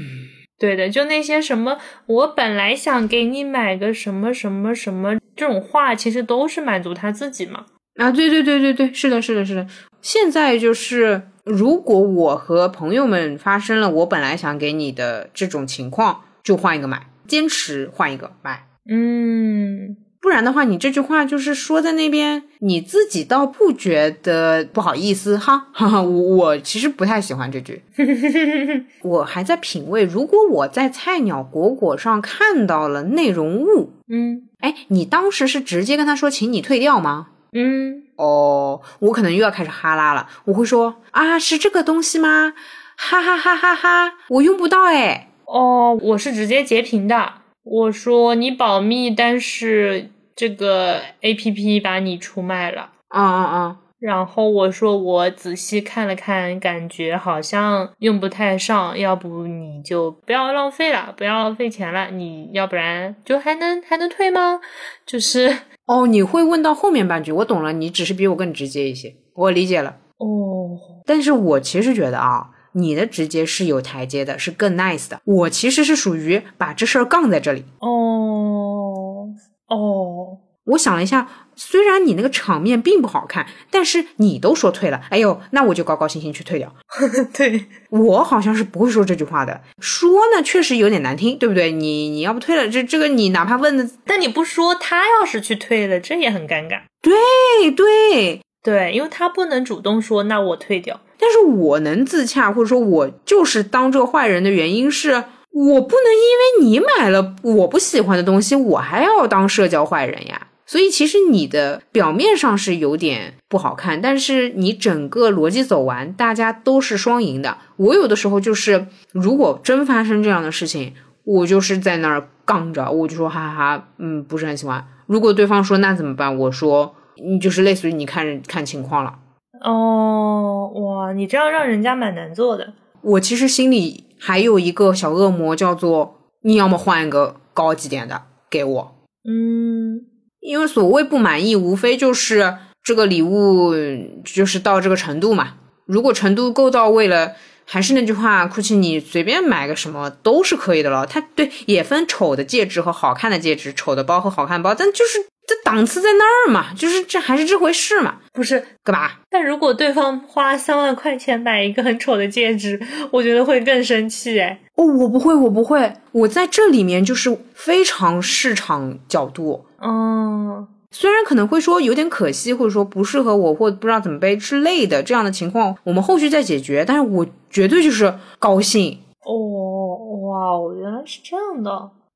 对的，就那些什么，我本来想给你买个什么什么什么这种话，其实都是满足他自己嘛。
啊，对对对对对，是的，是的，是的。现在就是，如果我和朋友们发生了我本来想给你的这种情况，就换一个买，坚持换一个买。
嗯，
不然的话，你这句话就是说在那边，你自己倒不觉得不好意思哈，哈哈，我我其实不太喜欢这句。 我还在品味，如果我在菜鸟果果上看到了内容物，
嗯
哎，你当时是直接跟他说请你退掉吗？
嗯，
哦，我可能又要开始哈拉了，我会说啊，是这个东西吗？哈哈哈哈哈，我用不到哎。
哦，我是直接截屏的。我说你保密，但是这个 A P P 把你出卖了。
啊啊啊！
然后我说我仔细看了看，感觉好像用不太上，要不你就不要浪费了，不要浪费钱了，你要不然就还能还能退吗？就是
哦，你会问到后面半句，我懂了，你只是比我更直接一些，我理解了。
哦，
但是我其实觉得啊，你的直接是有台阶的，是更 nice 的。我其实是属于把这事儿杠在这里。
哦，哦，
我想了一下，虽然你那个场面并不好看，但是你都说退了，哎呦，那我就高高兴兴去退掉。
对，
我好像是不会说这句话的，说呢确实有点难听，对不对？你你要不退了，这这个你哪怕问的，
但你不说，他要是去退了，这也很尴尬。
哎对，
对，因为他不能主动说，那我退掉。
但是我能自洽，或者说我就是当这个坏人的原因是。我不能因为你买了我不喜欢的东西，我还要当社交坏人呀。所以其实你的表面上是有点不好看，但是你整个逻辑走完，大家都是双赢的。我有的时候就是，如果真发生这样的事情，我就是在那儿杠着，我就说哈哈哈，嗯，不是很喜欢。如果对方说那怎么办，我说你就是类似于你看看情况了。
哦，哇，你这样让人家蛮难做的。
我其实心里还有一个小恶魔，叫做你要么换一个高级点的给我，
嗯，
因为所谓不满意，无非就是这个礼物嗯就是到这个程度嘛。如果程度够到位了，还是那句话，估计你随便买个什么都是可以的了。它对也分丑的戒指和好看的戒指，丑的包和好看包，但就是这档次在那儿嘛，就是这还是这回事嘛，
不是，
干嘛？
但如果对方花三万块钱买一个很丑的戒指，我觉得会更生气哎。
哦，我不会，我不会，我在这里面就是非常市场角度，
哦，
虽然可能会说有点可惜，或者说不适合我，或不知道怎么背之类的这样的情况，我们后续再解决。但是我绝对就是高兴，
哦，哇哦，原来是这样的。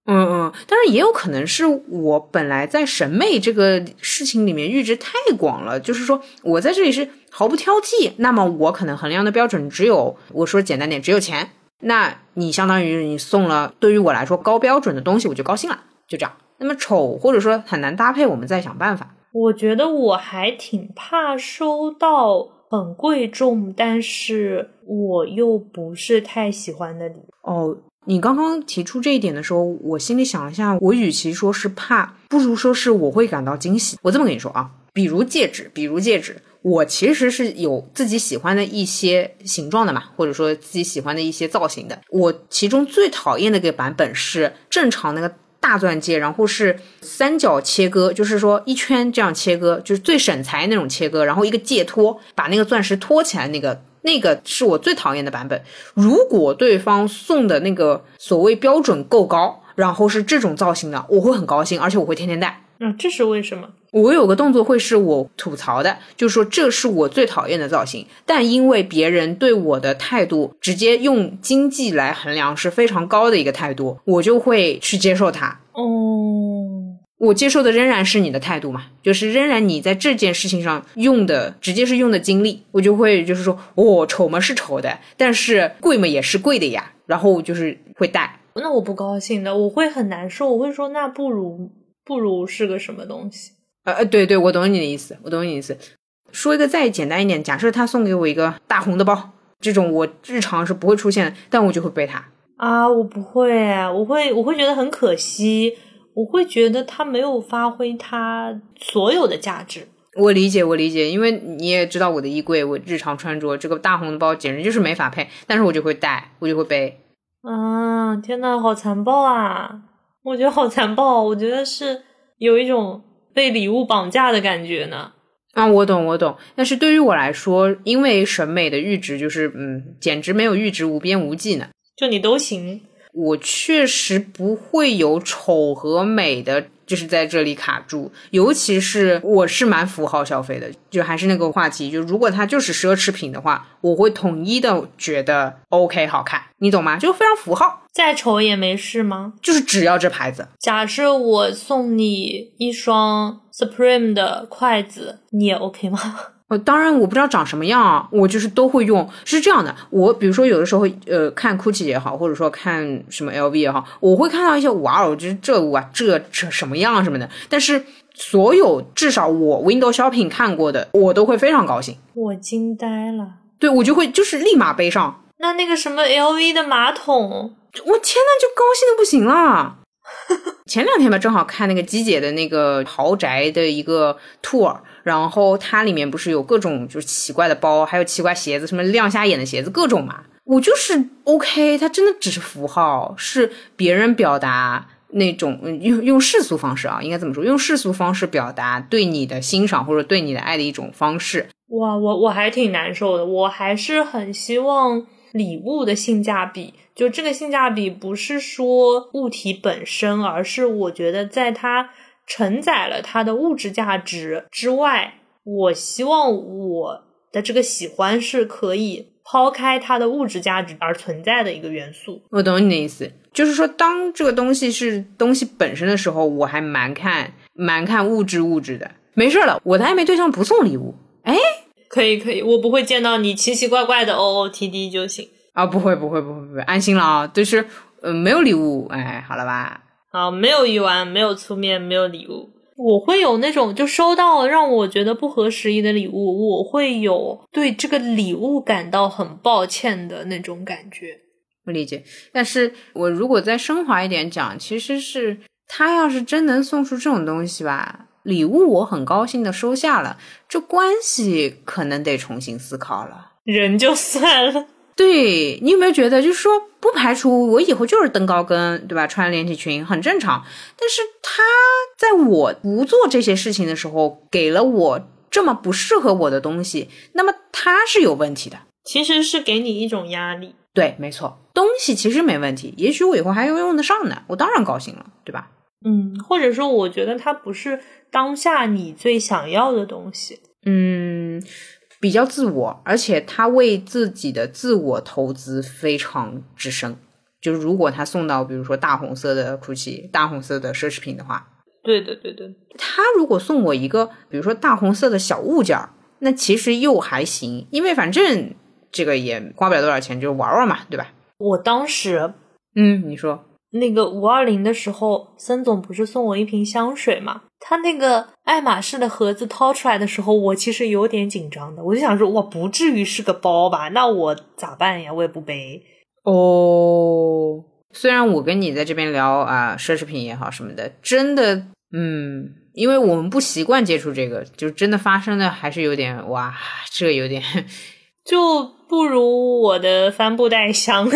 嗯嗯。但是也有可能是我本来在审美这个事情里面阈值太广了，就是说我在这里是毫不挑剔，那么我可能衡量的标准只有我说简单点，只有钱。那你相当于你送了对于我来说高标准的东西，我就高兴了，就这样。那么丑或者说很难搭配，我们再想办法。
我觉得我还挺怕收到很贵重，但是我又不是太喜欢的礼物。
哦，你刚刚提出这一点的时候，我心里想了一下，我与其说是怕，不如说是我会感到惊喜。我这么跟你说啊，比如戒指，比如戒指，我其实是有自己喜欢的一些形状的嘛，或者说自己喜欢的一些造型的。我其中最讨厌的一个版本是正常那个。大钻戒，然后是三角切割，就是说一圈这样切割，就是最省材那种切割，然后一个戒托把那个钻石托起来，那个那个是我最讨厌的版本。如果对方送的那个所谓标准够高，然后是这种造型的，我会很高兴，而且我会天天戴。
嗯，这是为什么？
我有个动作会是我吐槽的，就是说这是我最讨厌的造型，但因为别人对我的态度直接用经济来衡量是非常高的一个态度，我就会去接受它。
哦，
我接受的仍然是你的态度嘛，就是仍然你在这件事情上用的直接是用的精力，我就会就是说，哦，丑嘛是丑的，但是贵嘛也是贵的呀，然后就是会带。
那我不高兴的，我会很难受，我会说那不如不如是个什么东西。
呃呃，对对，我懂你的意思，我懂你的意思。说一个再简单一点，假设他送给我一个大红的包，这种我日常是不会出现的，但我就会背它。
啊，我不会啊，我会，我会觉得很可惜，我会觉得他没有发挥他所有的价值。
我理解，我理解，因为你也知道我的衣柜，我日常穿着这个大红的包简直就是没法配，但是我就会带，我就会背。
啊，天呐，好残暴啊！我觉得好残暴，我觉得是有一种被礼物绑架的感觉呢。
啊，我懂，我懂。但是对于我来说，因为审美的阈值就是，嗯，简直没有阈值，无边无际呢。
就你都行，
我确实不会有丑和美的，就是在这里卡住。尤其是我是蛮符号消费的，就还是那个话题，就如果它就是奢侈品的话，我会统一的觉得 OK 好看，你懂吗？就非常符号，
再丑也没事吗？
就是只要这牌子。
假设我送你一双 Supreme 的筷子，你也 OK 吗？
呃，当然我不知道长什么样啊，我就是都会用。是这样的，我比如说有的时候，呃，看 GUCCI 也好，或者说看什么 LV 也好，我会看到一些哇哦，就是这哇这这什么样啊什么的。但是所有至少我 Window Shopping 看过的，我都会非常高兴。
我惊呆了。
对我就会就是立马背上，
那那个什么 LV 的马桶，
我天呐，就高兴的不行了。前两天吧，正好看那个鸡姐的那个豪宅的一个 tour，然后它里面不是有各种就是奇怪的包，还有奇怪鞋子，什么亮瞎眼的鞋子，各种嘛。我就是 OK，它真的只是符号，是别人表达那种嗯用用世俗方式啊，应该怎么说？用世俗方式表达对你的欣赏或者对你的爱的一种方式。
哇，我我还挺难受的。我还是很希望礼物的性价比，就这个性价比不是说物体本身，而是我觉得在它承载了它的物质价值之外，我希望我的这个喜欢是可以抛开它的物质价值而存在的一个元素。
我懂你的意思，就是说，当这个东西是东西本身的时候，我还蛮看蛮看物质物质的。没事了，我的暧昧对象不送礼物
可以可以，我不会见到你奇奇怪怪的哦 OOTD 就行。
啊，不会不会不会不会，安心了啊、就是嗯、呃没有礼物，哎，好了吧？
啊，没有鱼丸，没有粗面，没有礼物。我会有那种就收到让我觉得不合时宜的礼物，我会有对这个礼物感到很抱歉的那种感觉。
我理解，但是我如果再升华一点讲，其实是他要是真能送出这种东西吧，礼物我很高兴的收下了，这关系可能得重新思考了。
人就算了，
对你有没有觉得，就是说不排除我以后就是登高跟，对吧？穿连体裙很正常，但是他在我不做这些事情的时候，给了我这么不适合我的东西，那么他是有问题的。
其实是给你一种压力。
对，没错，东西其实没问题，也许我以后还用用得上呢，我当然高兴了，对吧？
嗯，或者说，我觉得它不是当下你最想要的东西。
嗯，比较自我，而且他为自己的自我投资非常之深。就是如果他送到比如说大红色的 GUCCI、大红色的奢侈品的话，
对的，对的，
他如果送我一个，比如说大红色的小物件儿，那其实又还行，因为反正这个也花不了多少钱，就玩玩嘛，对吧？
我当时
嗯，你说
那个五二零的时候，森总不是送我一瓶香水嘛？他那个爱马仕的盒子掏出来的时候，我其实有点紧张的，我就想说，哇，不至于是个包吧？那我咋办呀？我也不背。
哦，虽然我跟你在这边聊啊、奢侈品也好什么的，真的，嗯，因为我们不习惯接触这个，就真的发生的还是有点哇，这有点
就不如我的帆布袋香。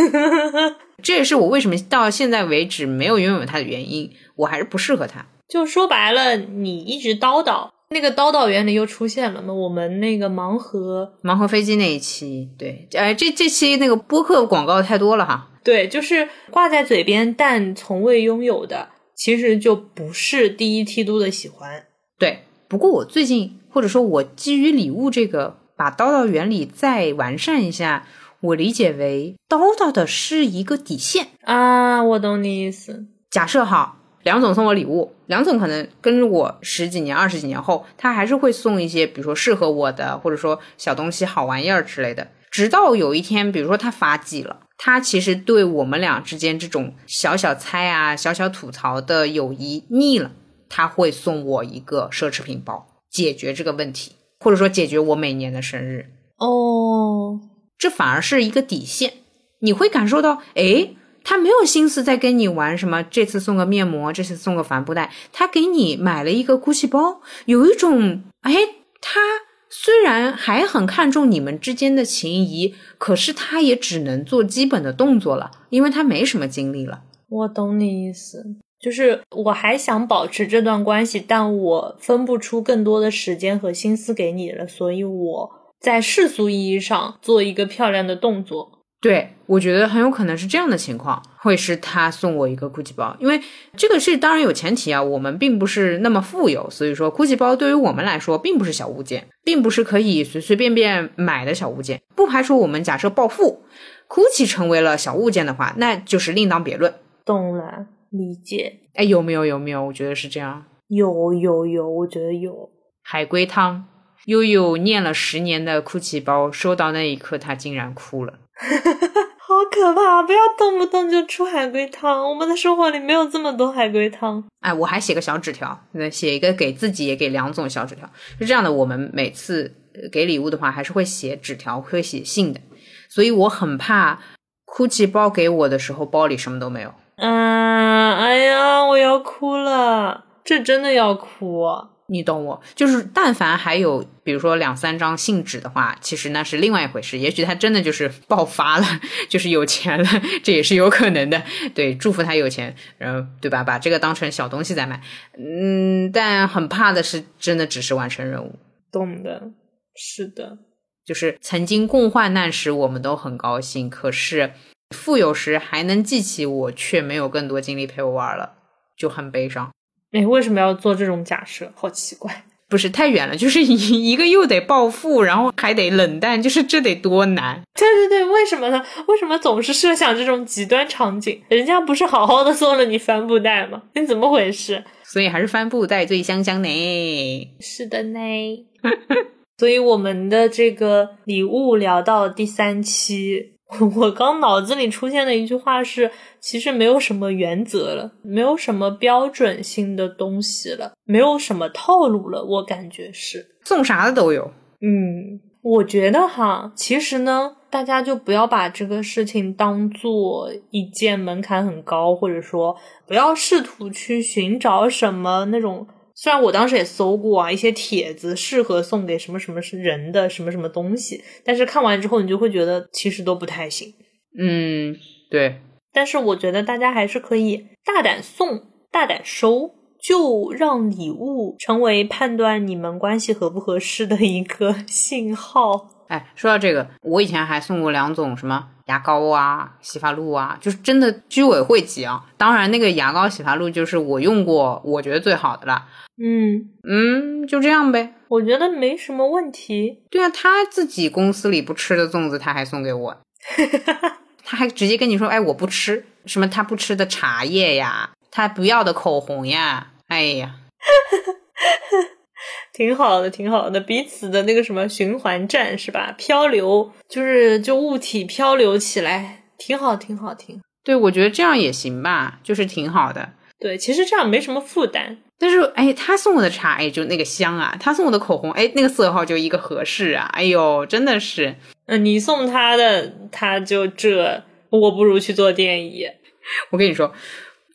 这也是我为什么到现在为止没有拥有它的原因，我还是不适合它。
就说白了，你一直叨叨，那个叨叨原理又出现了嘛？我们那个盲盒，
盲盒飞机那一期，对，哎，这这期那个播客广告太多了哈。
对，就是挂在嘴边但从未拥有的，其实就不是第一梯度的喜欢。
对，不过我最近或者说我基于礼物这个，把叨叨原理再完善一下，我理解为叨叨的是一个底线。
啊，我懂你意思。
假设哈，梁总送我礼物，梁总可能跟着我十几年、二十几年后，他还是会送一些，比如说适合我的，或者说小东西、好玩意儿之类的。直到有一天，比如说他发迹了，他其实对我们俩之间这种小小猜啊、小小吐槽的友谊腻了，他会送我一个奢侈品包，解决这个问题，或者说解决我每年的生日。
哦，
这反而是一个底线。你会感受到，诶，他没有心思在跟你玩什么，这次送个面膜，这次送个帆布袋，他给你买了一个 GUCCI 包，有一种，诶，他虽然还很看重你们之间的情谊，可是他也只能做基本的动作了，因为他没什么精力了。
我懂你意思，就是我还想保持这段关系，但我分不出更多的时间和心思给你了，所以我在世俗意义上做一个漂亮的动作。
对，我觉得很有可能是这样的情况，会是他送我一个 GUCCI 包，因为这个是当然有前提啊，我们并不是那么富有，所以说 GUCCI 包对于我们来说并不是小物件，并不是可以随随便便买的小物件，不排除我们假设暴富，GUCCI 成为了小物件的话，那就是另当别论。
懂了，理解。
哎，有没有有没有？我觉得是这样。
有有有，我觉得有。
海龟汤，悠悠念了十年的 GUCCI 包，收到那一刻他竟然哭了。
好可怕！不要动不动就出海龟汤，我们的生活里没有这么多海龟汤。
哎，我还写个小纸条，写一个给自己也给梁总小纸条，是这样的。我们每次呃给礼物的话，还是会写纸条，会写信的，所以我很怕 Gucci 包给我的时候，包里什么都没有。
嗯，哎呀，我要哭了，这真的要哭。啊
你懂我，就是但凡还有，比如说两三张信纸的话，其实那是另外一回事。也许他真的就是爆发了， 就是有钱了， 这也是有可能的。对，祝福他有钱，然后对吧？把这个当成小东西在卖。嗯，但很怕的是，真的只是完成任务。
懂的，是的，
就是曾经共患难时，我们都很高兴，可是富有时还能记起我，却没有更多精力陪我玩了，就很悲伤。
哎，为什么要做这种假设？好奇怪。
不是太远了，就是一一 个又得暴富，然后还得冷淡，就是这得多难。
对对对，为什么呢？为什么总是设想这种极端场景？人家不是好好的送了你帆布袋吗？你怎么回事？
所以还是帆布袋最香香呢。
是的呢。 所以我们的这个礼物聊到第三期，我刚脑子里出现的一句话是：其实没有什么原则了，没有什么标准性的东西了，没有什么套路了。我感觉是，
送啥的都有。
嗯，我觉得哈，其实呢，大家就不要把这个事情当做一件门槛很高，或者说不要试图去寻找什么那种。虽然我当时也搜过啊，一些帖子适合送给什么什么人的什么什么东西，但是看完之后你就会觉得其实都不太行。
嗯，对，
但是我觉得大家还是可以大胆送，大胆收，就让礼物成为判断你们关系合不合适的一个 信号。
哎，说到这个，我以前还送过梁总什么牙膏啊、洗发露啊，就是真的居委会级啊。当然，那个牙膏、洗发露就是我用过，我觉得最好的了。
嗯，
嗯，就这样呗。
我觉得没什么问题。
对啊，他自己公司里不吃的粽子，他还送给我，他还直接跟你说，哎，我不吃什么他不吃的茶叶呀，他不要的口红呀，哎呀，
挺好的，挺好的，彼此的那个什么循环站是吧？漂流就是就物体漂流起来，挺好，挺好，挺
对我觉得这样也行吧，就是挺好的。
对。其实这样没什么负担。
但是，哎，他送我的茶，哎，就那个香啊；他送我的口红，哎，那个色号就一个合适啊。哎呦，真的是，
嗯，你送他的，他就这，我不如去做电椅。
我跟你说，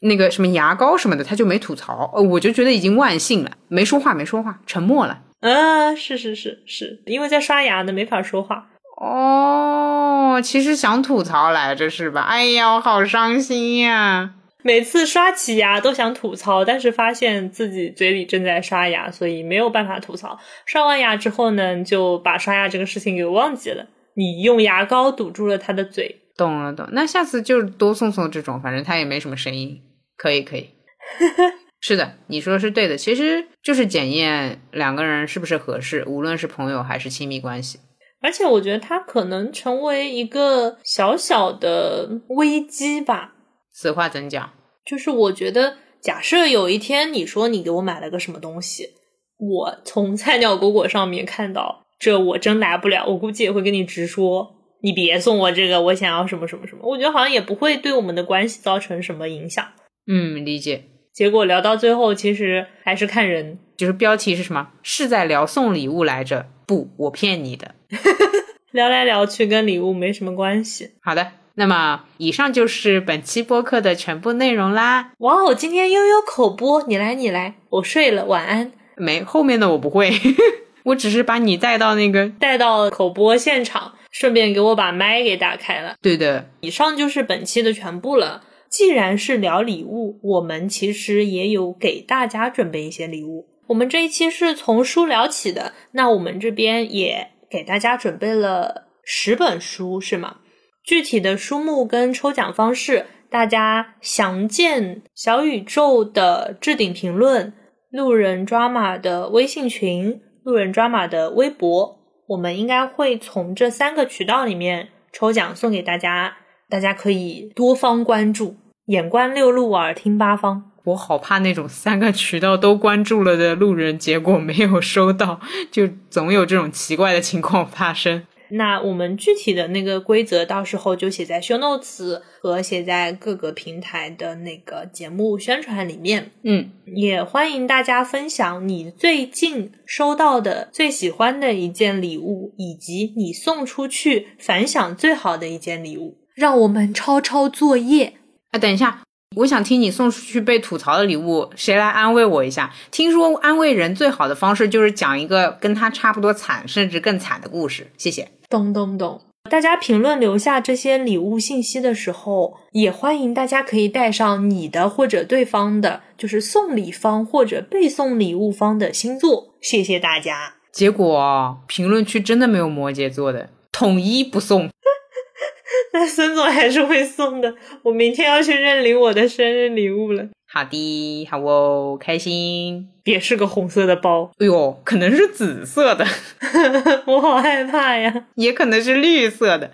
那个什么牙膏什么的，他就没吐槽，呃我就觉得已经万幸了，没说话，没说话，沉默了。
啊，是是是是，因为在刷牙呢，没法说话。
哦，其实想吐槽来着是吧？哎呀，我好伤心呀、
每次刷起牙都想吐槽，但是发现自己嘴里正在刷牙，所以没有办法吐槽。刷完牙之后呢，就把刷牙这个事情给忘记了。你用牙膏堵住了他的嘴，
懂了懂了，那下次就多送送这种，反正他也没什么声音，可以可以。是的，你说的是对的，其实就是检验两个人是不是合适，无论是朋友还是亲密关系。
而且我觉得他可能成为一个小小的危机吧。
此话怎讲？
就是我觉得，假设有一天你说你给我买了个什么东西，我从菜鸟果果上面看到，这我真来不了，我估计也会跟你直说，你别送我这个，我想要什么什么什么。我觉得好像也不会对我们的关系造成什么影响。
嗯，理解。
结果聊到最后，其实还是看人。
就是标题是什么？是在聊送礼物来着？不，我骗你的。
聊来聊去跟礼物没什么关系。
好的，那么以上就是本期播客的全部内容啦。
哇哦，今天悠悠口播，你来你来，我睡了，晚安。
没后面的我不会， 我只是把你带到那个
带到口播现场，顺便给我把麦给打开了。
对的，
以上就是本期的全部了。既然是聊礼物，我们其实也有给大家准备一些礼物。我们这一期是从书聊起的，那我们这边也给大家准备了十本书，是吗？具体的书目跟抽奖方式，大家详见小宇宙的置顶评论、路人抓马的微信群、路人抓马的微博。我们应该会从这三个渠道里面抽奖送给大家，大家可以多方关注，眼观六路，耳听八方。
我好怕那种三个渠道都关注了的路人，结果没有收到，就总有这种奇怪的情况发生。
那我们具体的那个规则到时候就写在 show notes 和写在各个平台的那个节目宣传里面。
嗯，
也欢迎大家分享你最近收到的最喜欢的一件礼物，以及你送出去反响最好的一件礼物，让我们抄抄作业。
啊，等一下，我想听你送出去被吐槽的礼物，谁来安慰我一下？听说安慰人最好的方式就是讲一个跟他差不多惨，甚至更惨的故事。谢谢。
懂懂懂。大家评论留下这些礼物信息的时候，也欢迎大家可以带上你的或者对方的，就是送礼方或者被送礼物方的星座。谢谢大家。
结果评论区真的没有摩羯座的，统一不送。
那孙总还是会送的，我明天要去认领我的生日礼物了，
好的，好哦，开心。
别是个红色的包，
哎呦，可能是紫色的，
我好害怕呀。
也可能是绿色的，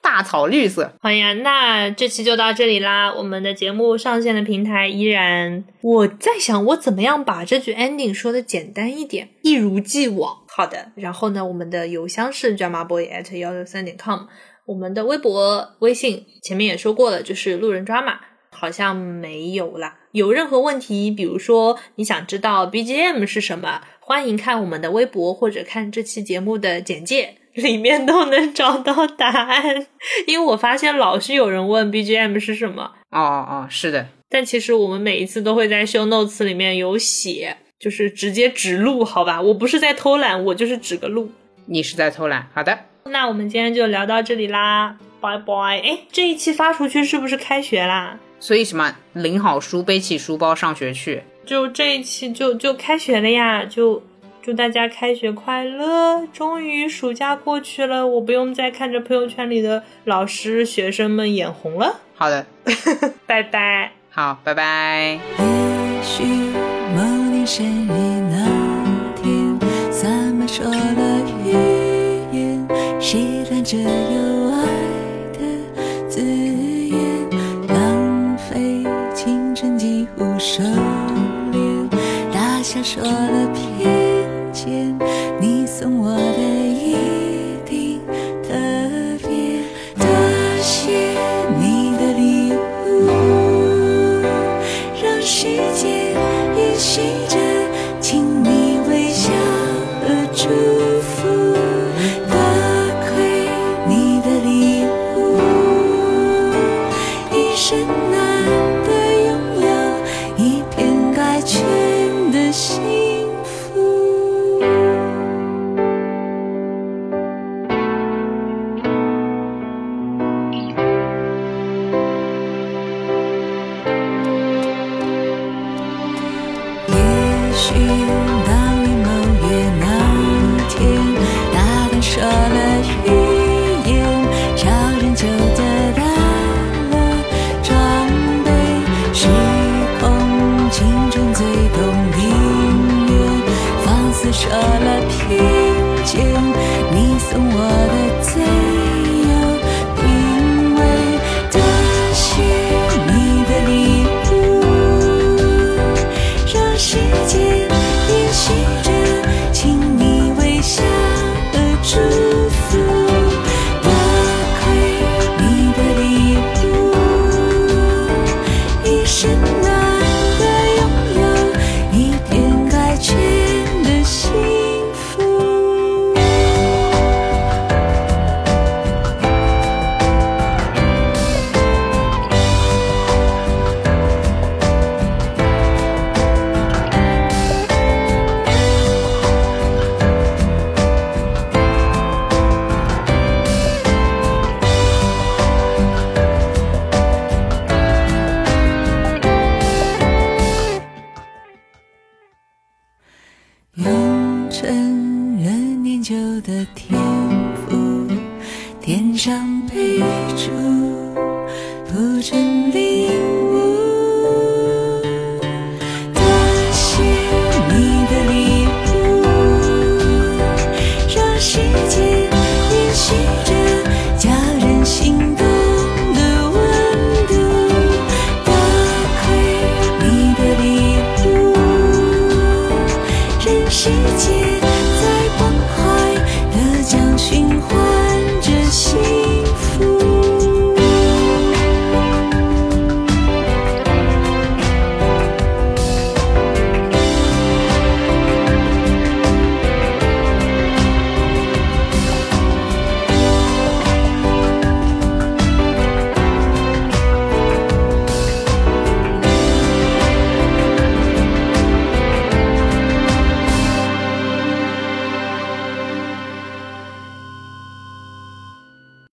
大草绿色。
好呀，那这期就到这里啦。我们的节目上线的平台依然，我在想我怎么样把这句 ending 说的简单一点，一如既往。好的，然后呢，我们的邮箱是 dramaboy at 幺六三点 com，我们的微博、微信前面也说过了，就是路人抓马。好像没有啦。有任何问题，比如说你想知道 BGM 是什么，欢迎看我们的微博或者看这期节目的简介，里面都能找到答案。因为我发现老是有人问 BGM 是什么，
哦哦，是的，
但其实我们每一次都会在 show notes 里面有写，就是直接指路，好吧？我不是在偷懒，我就是指个路。
你是在偷懒。好的，
那我们今天就聊到这里啦，拜拜！哎，这一期发出去是不是开学啦？
所以什么领好书，背起书包上学去。
就这一期就就开学了呀，就祝大家开学快乐！终于暑假过去了，我不用再看着朋友圈里的老师、学生们眼红了，
好的，
拜拜。
好，拜拜。
也许某年生日那天，咱们说了语言，习惯这有爱的字眼，浪费青春几乎收敛，大笑说了偏见，你送我的一定特别，多谢你的礼物。让世界延续着亲密微笑和祝福。多亏你的礼物，一生难得拥有一片改变的幸福。也许当年某月那天，大胆说了预言，超人就得到了装备，时空青春最动平原，放肆说了偏见，你送我的最有品味，多谢你的礼物。让世界延续着亲密微笑和祝福。多亏你的礼物，一生难得拥有一片改变的幸福。用成人年久的天赋，添上备注，不准领